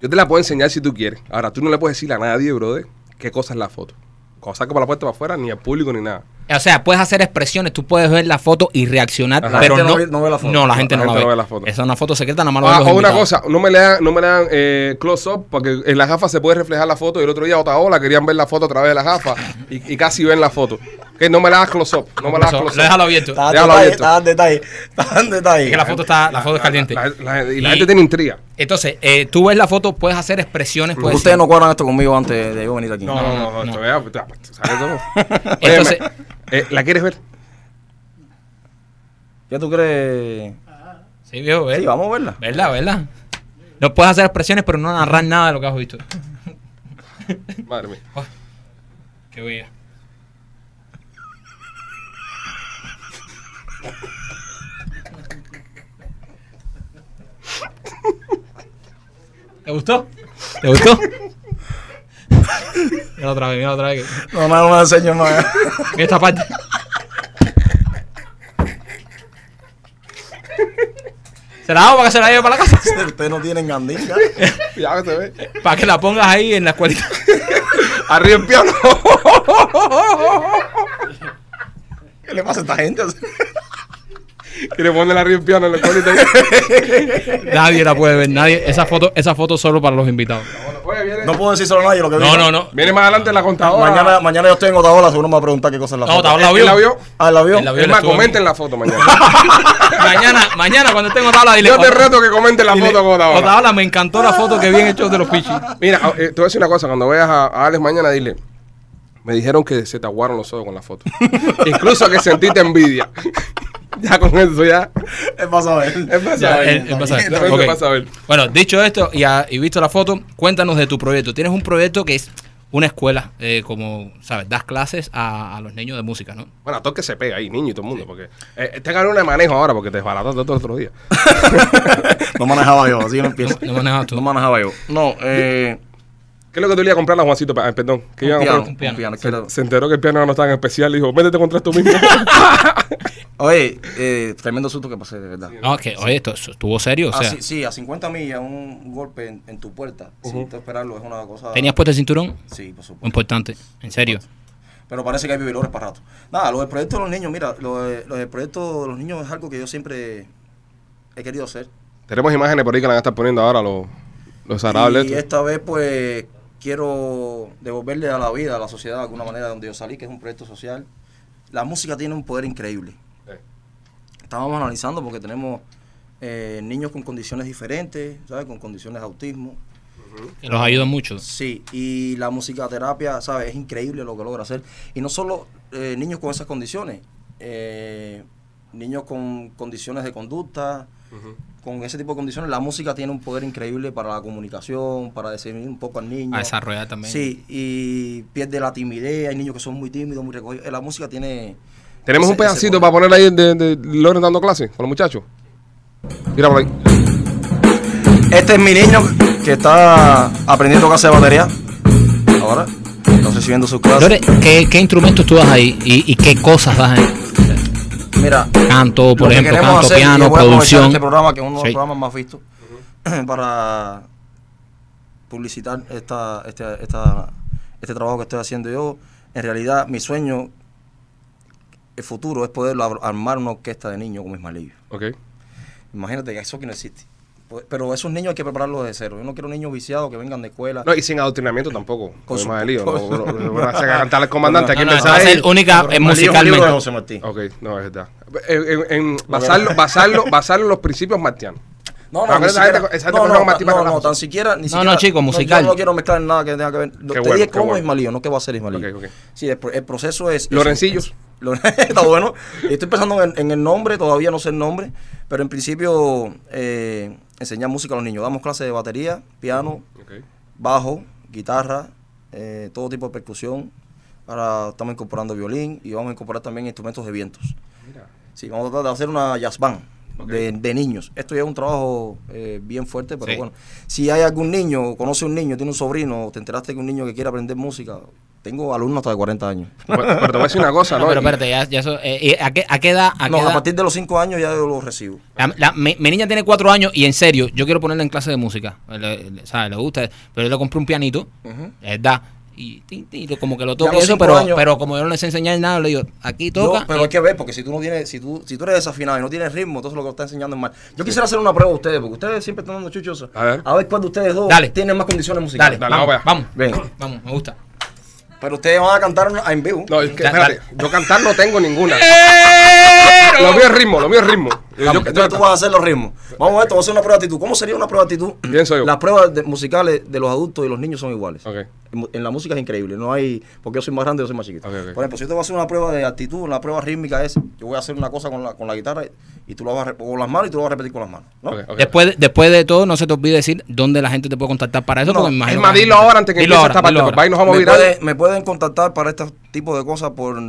Speaker 1: Yo te la puedo enseñar si tú quieres. Ahora, tú no le puedes decir a nadie, brother, qué cosa es la foto. Cosa saco para la puerta para afuera, ni al público, ni nada.
Speaker 3: O sea, puedes hacer expresiones, tú puedes ver la foto y reaccionar,
Speaker 1: Ajá.
Speaker 3: pero
Speaker 4: La gente
Speaker 3: no,
Speaker 4: no ve- no ve la foto.
Speaker 3: No, la gente,
Speaker 1: La
Speaker 3: no,
Speaker 1: gente
Speaker 3: la
Speaker 1: no
Speaker 3: ve.
Speaker 1: ve la foto.
Speaker 3: Esa es una foto secreta, nada más lo
Speaker 1: Ah,
Speaker 3: ven los
Speaker 1: o una
Speaker 3: invitados.
Speaker 1: cosa, no me le dan, no me le dan eh, close up porque en las gafas se puede reflejar la foto. Y el otro día Otaola querían ver la foto a través de las gafas y, y casi ven la foto. Que no me la das close up, no me la das
Speaker 3: Eso,
Speaker 1: close
Speaker 3: lo
Speaker 1: up.
Speaker 3: déjalo abierto.
Speaker 4: Está
Speaker 1: Déjalo
Speaker 4: detalle,
Speaker 1: abierto.
Speaker 4: está en detalle. Está en detalle.
Speaker 3: Es que la foto está, la foto es caliente.
Speaker 1: La- la- y la gente tiene intriga.
Speaker 3: Entonces, eh, tú ves la foto, puedes hacer expresiones, puedes
Speaker 4: Ustedes no cuadran esto conmigo antes de yo venir aquí.
Speaker 1: No, no, no, no,
Speaker 3: no.
Speaker 1: te vea, pues, te- te- ¿sabes cómo?
Speaker 3: Entonces-
Speaker 1: Óyeme, eh, ¿la quieres ver?
Speaker 4: ¿Ya tú crees?
Speaker 3: Sí, viejo, ¿verdad?
Speaker 4: Sí, vamos a verla.
Speaker 3: ¿Verdad, verdad? No puedes hacer expresiones, pero no narrar nada de lo que has visto.
Speaker 1: Madre mía.
Speaker 3: Oh. Qué bien. ¿Te gustó? ¿Te gustó? mira otra vez, mira otra vez. que-
Speaker 4: No, no, no me la enseñes más.
Speaker 3: Mira esta parte. ¿Se la hago para que se la lleve para la casa?
Speaker 4: Ustedes no tienen gandinga.
Speaker 1: Ya que se ve.
Speaker 3: Para que la pongas ahí en la escuelita.
Speaker 1: Arriba el piano.
Speaker 4: ¿Qué le pasa a esta gente?
Speaker 1: Que le pone la rimpiana en la colita.
Speaker 3: Nadie la puede ver, nadie. Esa foto, esa foto solo para los invitados.
Speaker 1: Oye, viene,
Speaker 4: No puedo decir solo a nadie lo que
Speaker 3: No,
Speaker 4: digo.
Speaker 3: no, no.
Speaker 1: viene más adelante la contadora.
Speaker 4: Mañana, mañana yo estoy en Otaola, seguro me va a preguntar qué cosa es la
Speaker 3: No,
Speaker 4: foto.
Speaker 3: Otaola.
Speaker 1: ¿La vio? ¿La vio?
Speaker 4: Ah, ¿la vio?
Speaker 3: En la vio.
Speaker 1: Es más,
Speaker 3: estuvo
Speaker 1: comenten la foto mañana.
Speaker 3: mañana, mañana cuando estén Otaola dile.
Speaker 1: Yo te
Speaker 3: "Otaola,
Speaker 1: reto que comenten la
Speaker 3: dile,
Speaker 1: foto con Otaola.
Speaker 3: Otaola, me encantó la foto que vi en el show de los Pichis.
Speaker 1: Mira, ah, eh, te voy a decir una cosa. Cuando veas a, a Alex mañana, dile. Me dijeron que se te aguaron los ojos con la foto. Incluso que sentiste envidia. ya con eso, ya.
Speaker 4: Es para saber.
Speaker 1: Es para
Speaker 3: Ya,
Speaker 1: saber.
Speaker 3: él- él va a saber.
Speaker 1: Entonces,
Speaker 3: Ok.
Speaker 1: va a saber.
Speaker 3: Bueno, dicho esto y, a- y visto la foto, cuéntanos de tu proyecto. Tienes un proyecto que es una escuela, eh, como, ¿sabes? Das clases a, a los niños de música, ¿no?
Speaker 1: Bueno, a todo el que se pega ahí, niño y todo el mundo. Porque eh, tengan una de manejo ahora porque te desbarataste todo el otro día.
Speaker 4: No manejaba yo, así que no empiezo.
Speaker 3: No manejabas tú.
Speaker 4: No manejaba yo. No, eh.
Speaker 1: ¿Qué es lo que tú le ibas a comprar a Juancito? Pa- ah, perdón. ¿Qué iban a
Speaker 4: piano,
Speaker 1: comprar?
Speaker 4: un
Speaker 3: piano.
Speaker 4: piano,
Speaker 1: Se,
Speaker 4: quiero-
Speaker 1: se enteró que el piano no estaba en especial y dijo, métete contra esto mismo.
Speaker 4: Oye, eh, tremendo susto que pasé, de verdad.
Speaker 3: No, que, oye, esto esto estuvo serio, o
Speaker 4: Ah,
Speaker 3: sea,
Speaker 4: sí, sí, a 50 millas un golpe en, en tu puerta, sin tú esperarlo, es una cosa...
Speaker 3: ¿tenías puesto el cinturón?
Speaker 4: Sí, por supuesto.
Speaker 3: Importante, en serio.
Speaker 4: Pero parece que hay vividores para rato. Nada, lo del proyecto de los niños, mira, lo, de- lo del proyecto de los niños es algo que yo siempre he querido hacer.
Speaker 1: Tenemos imágenes por ahí que la van a estar poniendo ahora los, los arables.
Speaker 4: y
Speaker 1: estos.
Speaker 4: esta vez, pues, quiero devolverle a la vida, a la sociedad, de alguna manera, de donde yo salí, que es un proyecto social. La música tiene un poder increíble.
Speaker 1: Eh.
Speaker 4: Estábamos analizando porque tenemos eh, niños con condiciones diferentes, ¿sabes? Con condiciones de autismo,
Speaker 3: Que los ayuda mucho.
Speaker 4: Sí, y la musicaterapia, ¿sabes? Es increíble lo que logra hacer. Y no solo eh, niños con esas condiciones, eh, niños con condiciones de conducta, con ese tipo de condiciones, la música tiene un poder increíble para la comunicación, para discernir un poco al niño.
Speaker 1: Ah,
Speaker 3: A desarrollar también.
Speaker 4: Sí, y pierde la timidez, hay niños que son muy tímidos, muy recogidos. Eh, La música tiene...
Speaker 1: Tenemos
Speaker 4: ese-
Speaker 1: un pedacito
Speaker 4: ese
Speaker 1: para
Speaker 4: poder.
Speaker 1: poner ahí de, de Loren dando clases con los muchachos. Mira por ahí.
Speaker 4: Este es mi niño que está aprendiendo clase de batería. Ahora, entonces siguiendo su clase.
Speaker 3: Lore, ¿qué, qué instrumentos tú das ahí y, y qué cosas das ahí?
Speaker 4: Mira,
Speaker 3: Canto, por
Speaker 4: Lo que
Speaker 3: ejemplo,
Speaker 4: queremos
Speaker 3: canto,
Speaker 4: hacer, y
Speaker 3: piano,
Speaker 4: yo voy a aprovechar
Speaker 3: producción.
Speaker 4: Este programa que es uno de los
Speaker 3: Sí.
Speaker 4: programas más vistos para publicitar esta, esta, esta- este trabajo que estoy haciendo yo. En realidad, mi sueño el futuro es poder ar- armar una orquesta de niños como Ismaelillo.
Speaker 1: Ok.
Speaker 4: Imagínate que eso que no existe. Pues, Pero esos niños hay que prepararlos de cero. Yo no quiero niños viciados que vengan de escuela.
Speaker 1: No, y sin adoctrinamiento tampoco.
Speaker 4: Con
Speaker 1: Con
Speaker 4: su-
Speaker 1: más de lío.
Speaker 4: con
Speaker 1: No,
Speaker 4: su-
Speaker 1: bro, bro, van a hacer cantar al comandante aquí
Speaker 3: No,
Speaker 1: en
Speaker 3: no, esta va a
Speaker 1: Versailles.
Speaker 3: ser única eh,
Speaker 4: Ismaelillo es un libro de
Speaker 3: musicalmente.
Speaker 4: José Martí.
Speaker 1: Ok, no, es verdad. En, en- en basarlo, basarlo, basarlo en los principios martianos.
Speaker 4: No,
Speaker 1: Ah, pero
Speaker 4: no, ni
Speaker 1: esa
Speaker 4: siquiera-
Speaker 1: gente- esa gente
Speaker 4: no,
Speaker 1: coge
Speaker 4: no,
Speaker 1: un matí para
Speaker 4: no,
Speaker 1: relajo.
Speaker 4: no, tan siquiera, ni
Speaker 3: No,
Speaker 4: siquiera.
Speaker 3: no, chico, musical.
Speaker 4: yo no quiero mezclar nada que tenga que ver. Te
Speaker 1: bueno,
Speaker 4: dije
Speaker 1: qué
Speaker 4: cómo
Speaker 1: bueno.
Speaker 4: Ismaelillo, no qué va a ser Ismaelillo.
Speaker 1: Ok, ok.
Speaker 4: Sí, el, pro- el proceso es... es-
Speaker 1: Lorencillos.
Speaker 4: es- Lore- está bueno. Estoy pensando en, en el nombre, todavía no sé el nombre, pero en principio eh, enseñar música a los niños. Damos clases de batería, piano,
Speaker 1: Ok.
Speaker 4: bajo, guitarra, eh, todo tipo de percusión. Ahora estamos incorporando violín y vamos a incorporar también instrumentos de vientos.
Speaker 1: Mira.
Speaker 4: Sí, vamos a tratar de hacer una jazz band
Speaker 1: Ok.
Speaker 4: de, de niños. Esto ya es un trabajo eh, bien fuerte, pero
Speaker 3: Sí.
Speaker 4: bueno. Si hay algún niño, o conoce un niño, tiene un sobrino, o te enteraste que un niño que quiere aprender música, tengo alumnos hasta de 40 años.
Speaker 1: Bueno, pero te voy a decir una cosa, ¿no?
Speaker 3: No, pero
Speaker 1: Y-
Speaker 3: espérate, ya, ya eso, eh, eh, ¿a, qué, ¿a qué edad? A,
Speaker 4: No,
Speaker 3: qué edad?
Speaker 4: a partir de los 5 años ya yo los recibo.
Speaker 3: La- la- mi, mi niña tiene cuatro años y en serio, yo quiero ponerla en clase de música. Le, le- ¿sabes? le gusta, pero yo le compré un pianito, la verdad. Y, tin, tin, lo- como que lo
Speaker 4: Ya a
Speaker 3: toco
Speaker 4: los
Speaker 3: eso,
Speaker 4: cinco
Speaker 3: pero,
Speaker 4: años-
Speaker 3: pero como yo no les enseñé nada, le digo, aquí toca.
Speaker 4: No, pero hay que ver, porque si tú no tienes, si tú, si tú eres desafinado y no tienes ritmo, entonces lo que te está enseñando es mal. Yo quisiera hacer una prueba a ustedes, porque ustedes siempre están dando chuchosa.
Speaker 1: A ver.
Speaker 4: cuál de ustedes dos
Speaker 3: Dale.
Speaker 4: tiene más condiciones
Speaker 3: dale,
Speaker 4: musicales.
Speaker 1: Dale,
Speaker 3: vamos,
Speaker 1: vamos allá.
Speaker 3: vamos,
Speaker 4: Ven.
Speaker 3: vamos, me gusta.
Speaker 4: Pero ustedes van a cantar una- en vivo.
Speaker 1: No, es que,
Speaker 3: Ya,
Speaker 1: espérate, yo cantar no tengo ninguna. Lo mío es ritmo, lo mío es ritmo. Yo, yo-
Speaker 4: Entonces tú vas a hacer los ritmos. Vamos a esto, vamos a hacer una prueba de actitud. ¿Cómo sería una prueba de actitud?
Speaker 1: Pienso yo.
Speaker 4: Las pruebas de- musicales de los adultos y los niños son iguales.
Speaker 1: Ok.
Speaker 4: En, mu- en la música es increíble. No hay. Porque yo soy más grande, yo soy más chiquito.
Speaker 1: Ok, ok.
Speaker 4: Por ejemplo, si yo te voy a hacer una prueba de actitud, una prueba rítmica es: yo voy a hacer una cosa con la, con la guitarra y, y tú lo vas a re- con las manos y tú lo vas a repetir con las manos. ¿no?
Speaker 1: Ok, ok.
Speaker 3: Después, de- después de todo, no se te olvide decir dónde la gente te puede contactar para eso,
Speaker 4: No,
Speaker 3: porque me imagino
Speaker 1: Es más,
Speaker 3: que la
Speaker 1: dilo
Speaker 3: gente-
Speaker 1: ahora antes que
Speaker 3: Dilo
Speaker 1: empiece
Speaker 3: ahora,
Speaker 1: esta parte.
Speaker 3: dilo
Speaker 1: porque
Speaker 3: ahora.
Speaker 1: ahí nos vamos a
Speaker 4: me,
Speaker 1: virar.
Speaker 4: puede- me pueden contactar para este tipo de cosas por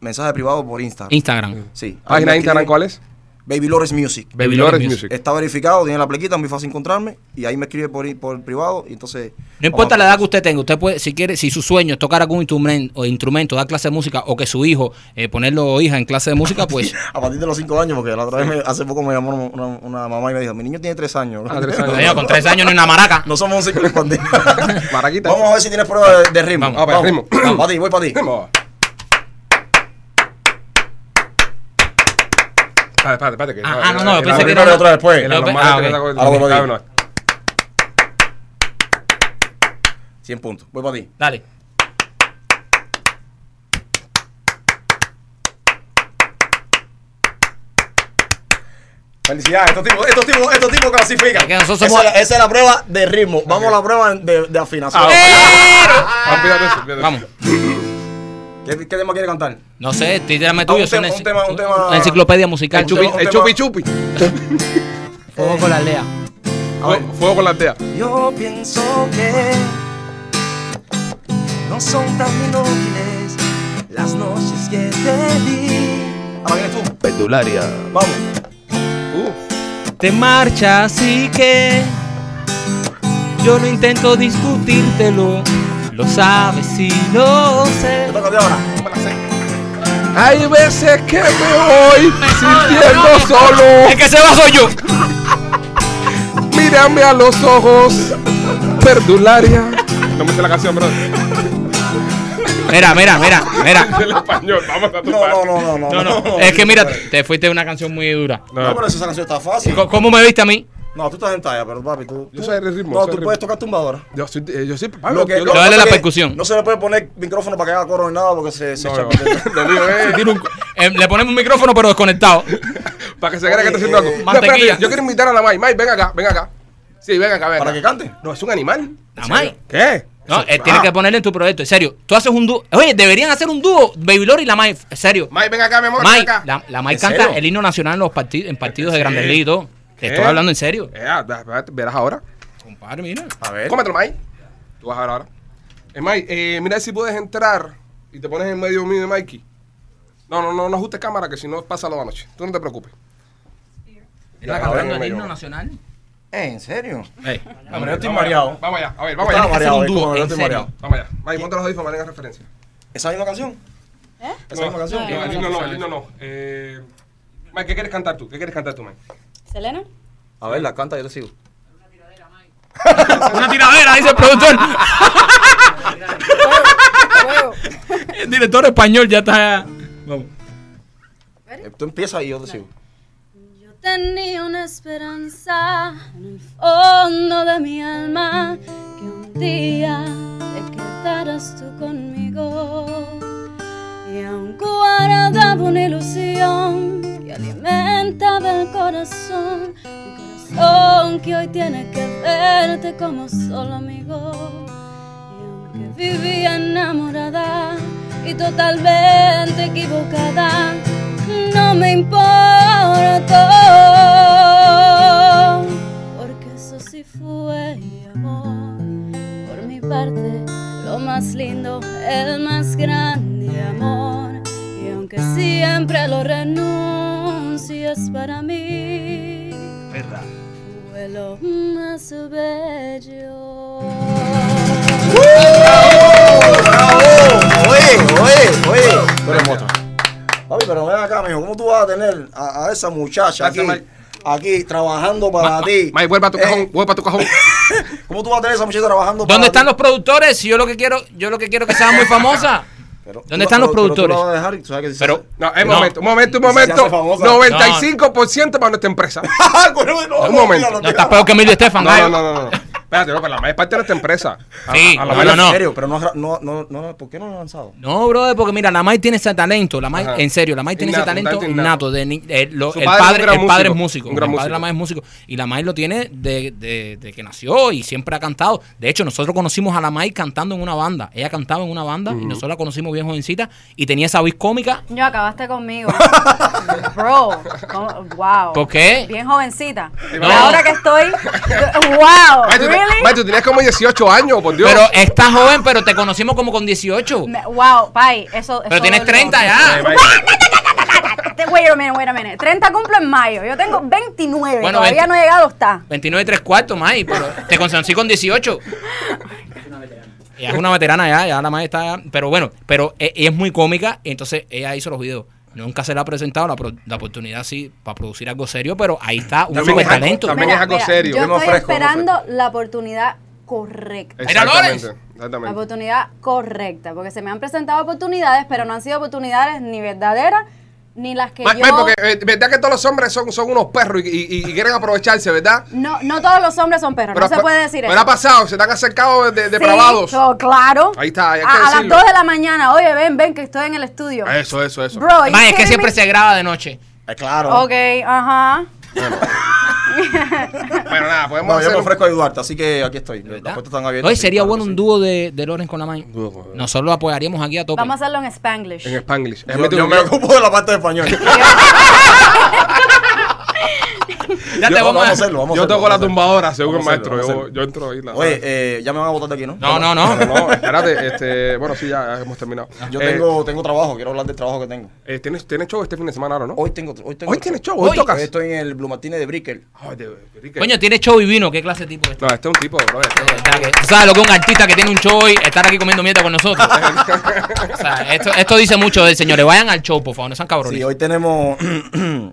Speaker 4: mensaje privado por Instagram.
Speaker 3: Instagram.
Speaker 4: sí. Ahí
Speaker 1: Página
Speaker 4: me
Speaker 1: de Instagram,
Speaker 4: escriben,
Speaker 1: ¿cuál es?
Speaker 4: Baby Lores Music.
Speaker 1: Baby
Speaker 3: Lores
Speaker 1: Lores
Speaker 3: Music.
Speaker 1: Music.
Speaker 4: Está verificado, tiene la plequita, es muy fácil encontrarme y ahí me escribe por, por privado y entonces...
Speaker 3: No importa la edad que usted tenga, usted puede, si quiere, si su sueño es tocar algún instrumento, o instrumento dar clase de música, o que su hijo, eh, ponerlo o hija en clase de música, pues
Speaker 4: A partir de los 5 años, porque la otra vez, me- hace poco me llamó una, una mamá y me dijo, mi niño tiene 3 años.
Speaker 1: Ah, tres años.
Speaker 3: Coño, con tres años ni una maraca.
Speaker 4: no somos un ciclo infantil.
Speaker 1: Maraquita.
Speaker 4: Este, Vamos a ver si tienes prueba de, de ritmo.
Speaker 1: Vamos, vamos, Ah, pues, ritmo.
Speaker 4: Para ti, voy para ti.
Speaker 1: Ritmo. Espérate, espérate, espérate. que-
Speaker 3: Ah, ah, no, no, yo
Speaker 1: el
Speaker 3: pensé que
Speaker 1: abrirlo
Speaker 3: era-
Speaker 1: de otra después.
Speaker 3: el
Speaker 1: La
Speaker 3: ope-
Speaker 1: normal
Speaker 3: ah,
Speaker 1: de tener
Speaker 3: ok.
Speaker 1: la cosa-
Speaker 4: Ahora vuelvo
Speaker 1: Ah,
Speaker 4: yo.
Speaker 1: bueno.
Speaker 4: 100 puntos. Voy para ti.
Speaker 3: Dale.
Speaker 4: Felicidades, estos tipos, estos tipos, estos tipos clasifican.
Speaker 3: Es que nosotros
Speaker 4: Esa
Speaker 3: somos-
Speaker 4: es la- esa, es la prueba de ritmo. Vamos a la prueba de, de afinación.
Speaker 1: Ah, Ah, fíjate eso, fíjate eso.
Speaker 3: Vamos.
Speaker 4: ¿Qué, qué tema quiere cantar?
Speaker 3: No sé, tírame
Speaker 4: Ah,
Speaker 3: tuyo.
Speaker 4: un
Speaker 3: es una
Speaker 4: tema, un
Speaker 3: enci-
Speaker 4: tema, un tema-
Speaker 3: una enciclopedia musical.
Speaker 1: El chupi,
Speaker 4: tema- un
Speaker 1: el
Speaker 4: tema-
Speaker 1: chupi chupi.
Speaker 3: Fuego con la lea.
Speaker 4: A ver.
Speaker 1: Fuego, fuego con la aldea.
Speaker 5: Yo pienso que no son tan inútiles las noches que te di.
Speaker 4: Ahora vienes Ah, tú.
Speaker 6: Pendularia.
Speaker 4: Vamos.
Speaker 1: Uh,
Speaker 5: Te marcha, así que yo no intento discutírtelo. Lo sabes y lo sé.
Speaker 4: Te toca a ti ahora.
Speaker 1: Hay veces que me voy sintiendo
Speaker 3: El
Speaker 1: solo.
Speaker 3: que se va soy yo.
Speaker 1: Mírame a los ojos. Perdularia. No me sé la canción, bro.
Speaker 3: Mira, mira, mira, mira.
Speaker 1: En español, vamos a
Speaker 4: No,
Speaker 1: tumbar.
Speaker 4: no, no, no, no.
Speaker 3: No, no. Es que mira, te fuiste una canción muy dura.
Speaker 4: No, pero esa canción está fácil.
Speaker 3: Co- ¿Cómo me viste a mí?
Speaker 4: No, tú estás en talla, pero papi, tú.
Speaker 1: Yo
Speaker 4: tú-
Speaker 1: soy el ritmo,
Speaker 4: No,
Speaker 1: soy
Speaker 4: tú
Speaker 1: el
Speaker 4: puedes tocar tumbadora.
Speaker 1: Yo soy, eh, yo soy Pablo.
Speaker 4: Ah, Lo que-
Speaker 1: yo-
Speaker 4: lo-
Speaker 3: Te vale
Speaker 4: lo
Speaker 3: la
Speaker 4: que-
Speaker 3: percusión.
Speaker 4: No se le puede poner micrófono para que haga coro ni nada porque se, se
Speaker 1: No,
Speaker 4: echa
Speaker 1: no.
Speaker 4: a perder.
Speaker 1: Lo mío es-
Speaker 3: Tiro un- eh, le ponemos un micrófono pero desconectado.
Speaker 1: Para que se crea que está haciendo
Speaker 4: Oye,
Speaker 1: algo.
Speaker 4: eh,
Speaker 1: No, espérate,
Speaker 3: mantequilla.
Speaker 1: yo quiero invitar a la May. May, ven acá, ven acá. Sí, ven acá, ven acá.
Speaker 4: Para que cante.
Speaker 1: No, es un animal.
Speaker 3: Namai.
Speaker 1: ¿Qué?
Speaker 3: No,
Speaker 1: Eso-
Speaker 3: él tiene
Speaker 1: Ah.
Speaker 3: que ponerle en tu proyecto, en serio. Tú haces un dúo. Oye, deberían hacer un dúo, Baby Lori y la Mai, en serio.
Speaker 1: May, ven acá, mi amor.
Speaker 3: Mai,
Speaker 1: ven acá.
Speaker 3: la, la Mai
Speaker 4: ¿En
Speaker 3: canta
Speaker 4: serio?
Speaker 3: el himno nacional en los partidos, en partidos de Grandes Ligas y todo. Te
Speaker 1: ¿Qué?
Speaker 3: estoy hablando en serio.
Speaker 1: Eh, ah, espérate, verás ahora.
Speaker 3: Compadre, mira.
Speaker 4: A ver.
Speaker 1: Cómetelo, May. Tú vas a ver ahora. Eh, May, eh, mira si puedes entrar y te pones en medio mío de Mikey. No, no, no, no ajustes cámara que si no pasa la noche. Tú no te preocupes.
Speaker 3: Está
Speaker 1: Ya,
Speaker 3: cantando
Speaker 1: ahora
Speaker 3: el
Speaker 1: me
Speaker 3: himno
Speaker 1: yo.
Speaker 3: nacional.
Speaker 4: Eh, ¿En serio?
Speaker 3: Ey,
Speaker 4: Hombre, yo estoy
Speaker 1: Vamos allá,
Speaker 4: mareado.
Speaker 1: Vamos allá, a ver, vamos
Speaker 4: Estaba
Speaker 1: allá.
Speaker 4: mareado,
Speaker 3: un
Speaker 4: ¿viste?
Speaker 3: dúo,
Speaker 4: Como yo
Speaker 3: en
Speaker 4: estoy
Speaker 3: serio.
Speaker 4: mareado.
Speaker 1: Vamos allá. May, ponte los audífonos, manera referencia.
Speaker 4: ¿Esa misma canción? ¿Esa misma canción?
Speaker 1: No, el himno no, el himno no. Eh, May, ¿qué quieres cantar tú? ¿Qué quieres cantar tú, May?
Speaker 7: Selena.
Speaker 4: A ver, la canta, yo te sigo.
Speaker 3: Una tiradera, dice el productor.
Speaker 7: Fuego.
Speaker 3: El director español ya está. Vamos.
Speaker 4: Eh, Tú empiezas y yo te sigo.
Speaker 7: Yo tenía una esperanza en el fondo de mi alma que un día te quedaras tú conmigo. Y aún guardaba una ilusión que alimentaba el corazón, mi corazón que hoy tiene que verte como solo amigo. Y aunque vivía enamorada y totalmente equivocada, no me importó, porque eso sí fue amor. Por mi parte, lo más lindo, el más grande amor. Y aunque siempre lo renuncias para mí, fue lo más bello.
Speaker 4: ¡Bravo! Oye, oye, oye. Tú eres monstruo. Papi, pero ven acá, mijo. ¿Cómo tú vas a tener a, a esa muchacha aquí,
Speaker 1: Gracias,
Speaker 4: aquí trabajando para ti?
Speaker 1: May, vuelve a tu
Speaker 4: Eh,
Speaker 1: cajón, vuelve a tu cajón.
Speaker 4: ¿Cómo tú vas a tener a esa muchacha trabajando para
Speaker 3: ¿Dónde están
Speaker 4: ti?
Speaker 3: los productores? Si yo lo que quiero, yo lo que quiero es que sea muy famosa.
Speaker 4: Pero tú
Speaker 3: ¿Dónde
Speaker 4: la-
Speaker 3: están los
Speaker 4: pero- pero tú
Speaker 3: productores?
Speaker 4: la vas a dejar y tú sabes que si se
Speaker 3: Pero-
Speaker 4: hace-
Speaker 1: No, es
Speaker 3: No.
Speaker 1: momento, un momento, un
Speaker 4: Se
Speaker 1: momento.
Speaker 4: hace famosa.
Speaker 1: 95% para nuestra empresa.
Speaker 4: ¡Ah, coño, no,
Speaker 1: Un momento.
Speaker 4: no, tíralo,
Speaker 3: No
Speaker 4: tíralo.
Speaker 3: estás peor que Emilio Estefan.
Speaker 1: No, no,
Speaker 3: gallo.
Speaker 1: no, no. no. Espérate, no, pero la May es parte de nuestra empresa. A-
Speaker 3: Sí,
Speaker 1: a la May
Speaker 4: No,
Speaker 3: no,
Speaker 1: la-
Speaker 4: en
Speaker 3: no.
Speaker 4: serio, pero no, no, no, no, ¿por qué no lo han lanzado?
Speaker 3: No, brother, porque mira, la Mai tiene ese talento. La Mai,
Speaker 1: Ajá.
Speaker 3: en serio, la Mai tiene ese
Speaker 1: Innato, un
Speaker 3: talento
Speaker 1: talento innato.
Speaker 3: innato. de ni- eh, lo-
Speaker 1: Su
Speaker 3: el
Speaker 1: padre es un
Speaker 3: padre,
Speaker 1: gran
Speaker 3: el padre es
Speaker 1: músico,
Speaker 3: músico.
Speaker 1: un gran
Speaker 3: el padre
Speaker 1: músico.
Speaker 3: de la Mai es músico. Y la Mai lo tiene de, de- de que nació y siempre ha cantado. De hecho, nosotros conocimos a la Mai cantando en una banda. Ella cantaba en una banda y nosotros la conocimos bien jovencita y tenía esa voz cómica.
Speaker 8: Yo acabaste conmigo. Bro, ¿cómo? wow.
Speaker 3: ¿Por qué?
Speaker 8: Bien jovencita.
Speaker 3: No.
Speaker 8: Y ahora que estoy, wow,
Speaker 1: May, tú, te-
Speaker 8: really?
Speaker 1: May, tú tenías como 18 años, por Dios.
Speaker 3: Pero eh, está joven, pero te conocimos como con 18.
Speaker 8: Me- wow, pai, eso,
Speaker 3: Pero
Speaker 8: eso
Speaker 3: tienes
Speaker 8: dolió.
Speaker 3: 30
Speaker 1: May,
Speaker 3: ya.
Speaker 1: May.
Speaker 8: Te- Wait a minute, wait a minute. 30 cumplo en mayo. Yo tengo 29.
Speaker 3: Bueno,
Speaker 8: todavía
Speaker 3: 20.
Speaker 8: no he llegado hasta.
Speaker 3: 29 y 3 cuartos, May, pero te conocí con 18. Ella es una veterana ya, ya la May está. Pero bueno, pero e- ella es muy cómica, y entonces ella hizo los videos. Nunca se la ha presentado la, pro- la oportunidad sí para producir algo serio, pero ahí está un
Speaker 1: También
Speaker 3: super
Speaker 1: es algo-
Speaker 3: talento.
Speaker 1: también es algo serio.
Speaker 8: Yo
Speaker 1: Yo me
Speaker 8: estoy
Speaker 4: ofrezco, me
Speaker 8: esperando la oportunidad correcta.
Speaker 3: Mira, Lorenz.
Speaker 1: Exactamente,
Speaker 8: La
Speaker 1: exactamente.
Speaker 8: oportunidad correcta, porque se me han presentado oportunidades, pero no han sido oportunidades ni verdaderas
Speaker 9: ni las que
Speaker 1: Ma-
Speaker 9: yo...
Speaker 1: ma, porque eh, verdad que todos los hombres son, son unos perros y, y- y quieren aprovecharse, ¿verdad?
Speaker 7: No, no todos los hombres son perros, no se puede decir
Speaker 1: pero
Speaker 7: eso.
Speaker 1: ha pasado, se están acercados de,
Speaker 7: Sí,
Speaker 1: depravados.
Speaker 7: no, claro.
Speaker 1: Ahí está, hay que
Speaker 7: a, a las
Speaker 1: decirlo.
Speaker 7: 2 de la mañana, oye, ven, ven, que estoy en el estudio.
Speaker 1: Eso, eso, eso.
Speaker 7: Bro,
Speaker 3: Más es que siempre se graba de noche.
Speaker 4: Eh, claro.
Speaker 7: Ok, ajá.
Speaker 1: Pero nada, podemos
Speaker 4: No, yo
Speaker 1: hacer
Speaker 4: me
Speaker 1: un-
Speaker 4: ofrezco a ayudarte, así que aquí estoy. Las puertas están abiertas.
Speaker 3: Hoy
Speaker 4: sí,
Speaker 3: sería
Speaker 4: claro
Speaker 3: bueno
Speaker 4: que
Speaker 3: un
Speaker 4: sí.
Speaker 3: dúo de, de Lorenz con la main.
Speaker 1: Dúo con-
Speaker 3: Nosotros lo apoyaríamos aquí a tope.
Speaker 7: Vamos a hacerlo en Spanglish.
Speaker 1: en Spanglish.
Speaker 4: Yo,
Speaker 1: Déjame tu
Speaker 4: yo me
Speaker 1: inglés.
Speaker 4: ocupo de la parte de español.
Speaker 3: Ya
Speaker 4: Yo-
Speaker 3: te
Speaker 4: vamos
Speaker 3: vamos
Speaker 4: a
Speaker 3: a-
Speaker 4: hacerlo, vamos a
Speaker 1: Yo
Speaker 4: hacerlo,
Speaker 1: toco la
Speaker 4: vamos a hacerlo.
Speaker 1: tumbadora, según el
Speaker 4: Vamos a hacerlo,
Speaker 1: maestro.
Speaker 4: vamos a
Speaker 1: Yo,
Speaker 4: hacerlo.
Speaker 1: yo entro ahí. La
Speaker 4: Oye, eh, ya me van a votar de aquí, ¿no?
Speaker 3: No, no, no.
Speaker 1: No, no, espérate. Este, bueno, sí, ya hemos terminado.
Speaker 4: Yo
Speaker 1: Eh,
Speaker 4: tengo, tengo trabajo, quiero hablar del trabajo que tengo.
Speaker 1: eh, ¿tienes, ¿Tienes show este fin de semana ahora, no?
Speaker 4: Hoy tengo. Hoy, tengo
Speaker 1: Hoy tienes show, hoy tocas.
Speaker 4: Estoy en el Blue Martínez de Brickell.
Speaker 1: Ay, de- de- de-
Speaker 3: Coño, tiene show y vino. ¿Qué clase de tipo es este?
Speaker 1: No, este es un tipo, bro. este
Speaker 3: De verdad que- ¿Tú sabes lo que es un artista que tiene un show hoy estar aquí comiendo mierda con nosotros? O sea, esto, esto dice mucho de él, señores. Vayan al show, por favor, no sean cabrones.
Speaker 4: Sí, hoy tenemos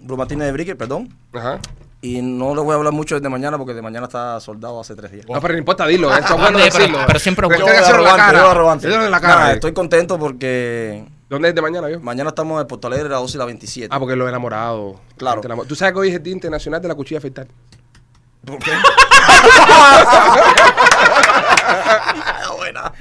Speaker 4: Blue Martínez de Brickell, perdón.
Speaker 1: Ajá.
Speaker 4: Y no les voy a hablar mucho de mañana porque de mañana está soldado hace tres días.
Speaker 1: No, pero no importa, dilo. Eso es bueno
Speaker 3: Pero- pero
Speaker 1: decirlo.
Speaker 3: siempre
Speaker 1: Pero
Speaker 3: es bueno.
Speaker 1: tiene que
Speaker 4: Yo
Speaker 1: hacerlo en la
Speaker 4: arrogante,
Speaker 1: cara.
Speaker 4: yo arrogante.
Speaker 1: Hacerlo en la
Speaker 4: Nada,
Speaker 1: cara.
Speaker 4: estoy contento porque
Speaker 1: ¿Dónde es de mañana, yo?
Speaker 4: mañana estamos en el Portalegre de la 12 y la 27.
Speaker 1: Ah, porque los enamorados.
Speaker 4: Claro.
Speaker 1: Gente enamorada. Tú sabes que hoy es el Día Internacional de la Cuchilla Afeitar.
Speaker 4: ¿Por qué? Buena.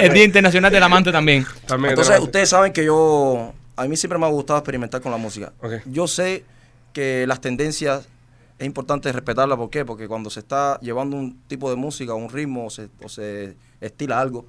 Speaker 3: El Día Internacional del Amante también.
Speaker 1: También.
Speaker 4: Entonces,
Speaker 1: también.
Speaker 4: ustedes saben que yo. A mí siempre me ha gustado experimentar con la música.
Speaker 1: Ok.
Speaker 4: Yo sé que las tendencias es importante respetarlas. ¿Por qué? Porque cuando se está llevando un tipo de música, un ritmo, o se, o se estila algo,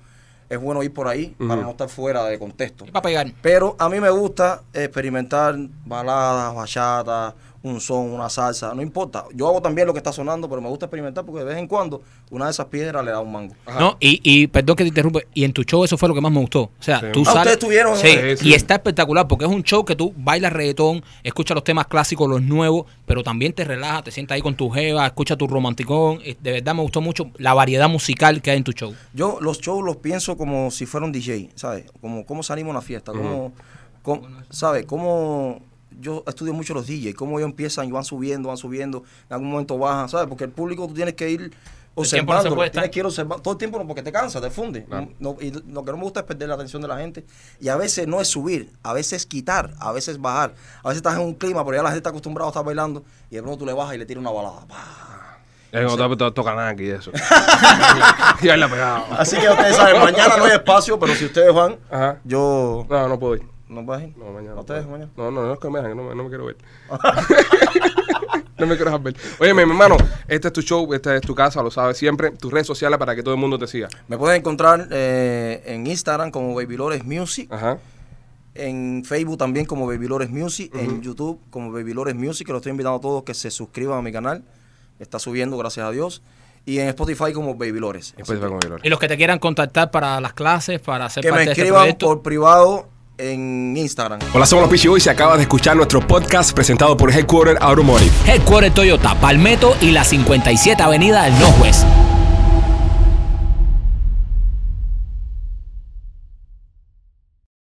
Speaker 4: es bueno ir por ahí para
Speaker 1: Ujú.
Speaker 4: no estar fuera de contexto.
Speaker 3: Para pegar.
Speaker 4: Pero a mí me gusta experimentar baladas, bachatas, un son, una salsa, no importa. Yo hago también lo que está sonando, pero me gusta experimentar porque de vez en cuando una de esas piedras le da un mango.
Speaker 1: Ajá.
Speaker 3: No, y, y perdón que te interrumpe, y en tu show eso fue lo que más me gustó. O sea,
Speaker 1: Sí.
Speaker 3: tú
Speaker 4: Ah,
Speaker 3: sales.
Speaker 4: ustedes eh, tuvieron,
Speaker 3: sí,
Speaker 1: ¿no? Sí, sí.
Speaker 3: y está espectacular porque es un show que tú bailas reggaetón, escuchas los temas clásicos, los nuevos, pero también te relajas, te sientas ahí con tu jeva, escuchas tu romanticón. y De verdad me gustó mucho la variedad musical que hay en tu show.
Speaker 4: Yo los shows los pienso como si fuera un DJ, ¿sabes? Como cómo salimos a una fiesta, como, ¿sabes? Cómo yo estudio mucho los DJs, cómo ellos empiezan y van subiendo, van subiendo, en algún momento bajan, ¿sabes? Porque el público tú tienes que ir
Speaker 3: tiempo no se
Speaker 4: observando,
Speaker 3: puede
Speaker 4: tienes
Speaker 3: estar.
Speaker 4: que ir observando todo el tiempo no, porque te cansa, te funde. Mm,
Speaker 1: Claro.
Speaker 4: No, y lo que no me gusta es perder la atención de la gente y a veces no es subir, a veces es quitar, a veces bajar, a veces estás en un clima, pero ya la gente está acostumbrada a estar bailando y de pronto tú le bajas y le tiras una balada. ¡pah!
Speaker 1: Eh, no to- to- toca nada aquí eso. y ahí la pegado.
Speaker 4: Así que ustedes saben, mañana no hay espacio, pero si ustedes van,
Speaker 1: Ajá.
Speaker 4: yo
Speaker 1: No, no puedo ir.
Speaker 4: ¿No vas a ir?
Speaker 1: No, mañana.
Speaker 4: ¿No te dejo mañana? Ah.
Speaker 1: No, no, no es que me dejan, no, me- no me quiero ver. no me quiero dejar ver. Oye, mi hermano, este es tu show, esta es tu casa, lo sabes siempre. Tus redes sociales para que todo el mundo te siga.
Speaker 4: Me pueden encontrar eh, en Instagram como Baby Lores Music,
Speaker 1: Ajá.
Speaker 4: en Facebook también como Baby Lores Music, en YouTube como Baby Lores Music, que los estoy invitando a todos que se suscriban a mi canal. Está subiendo, gracias a Dios. Y en Spotify como Baby Lores.
Speaker 1: Después te va con el olor.
Speaker 3: Y los que te quieran contactar para las clases, para hacer
Speaker 4: Que
Speaker 3: parte
Speaker 4: me
Speaker 3: de este
Speaker 4: escriban
Speaker 3: proyecto.
Speaker 4: por privado en Instagram.
Speaker 1: Hola, somos los Pichi y acabas de escuchar nuestro podcast presentado por Headquarter Automotive.
Speaker 10: Headquarter Toyota, Palmetto y la 57 Avenida del Northwest.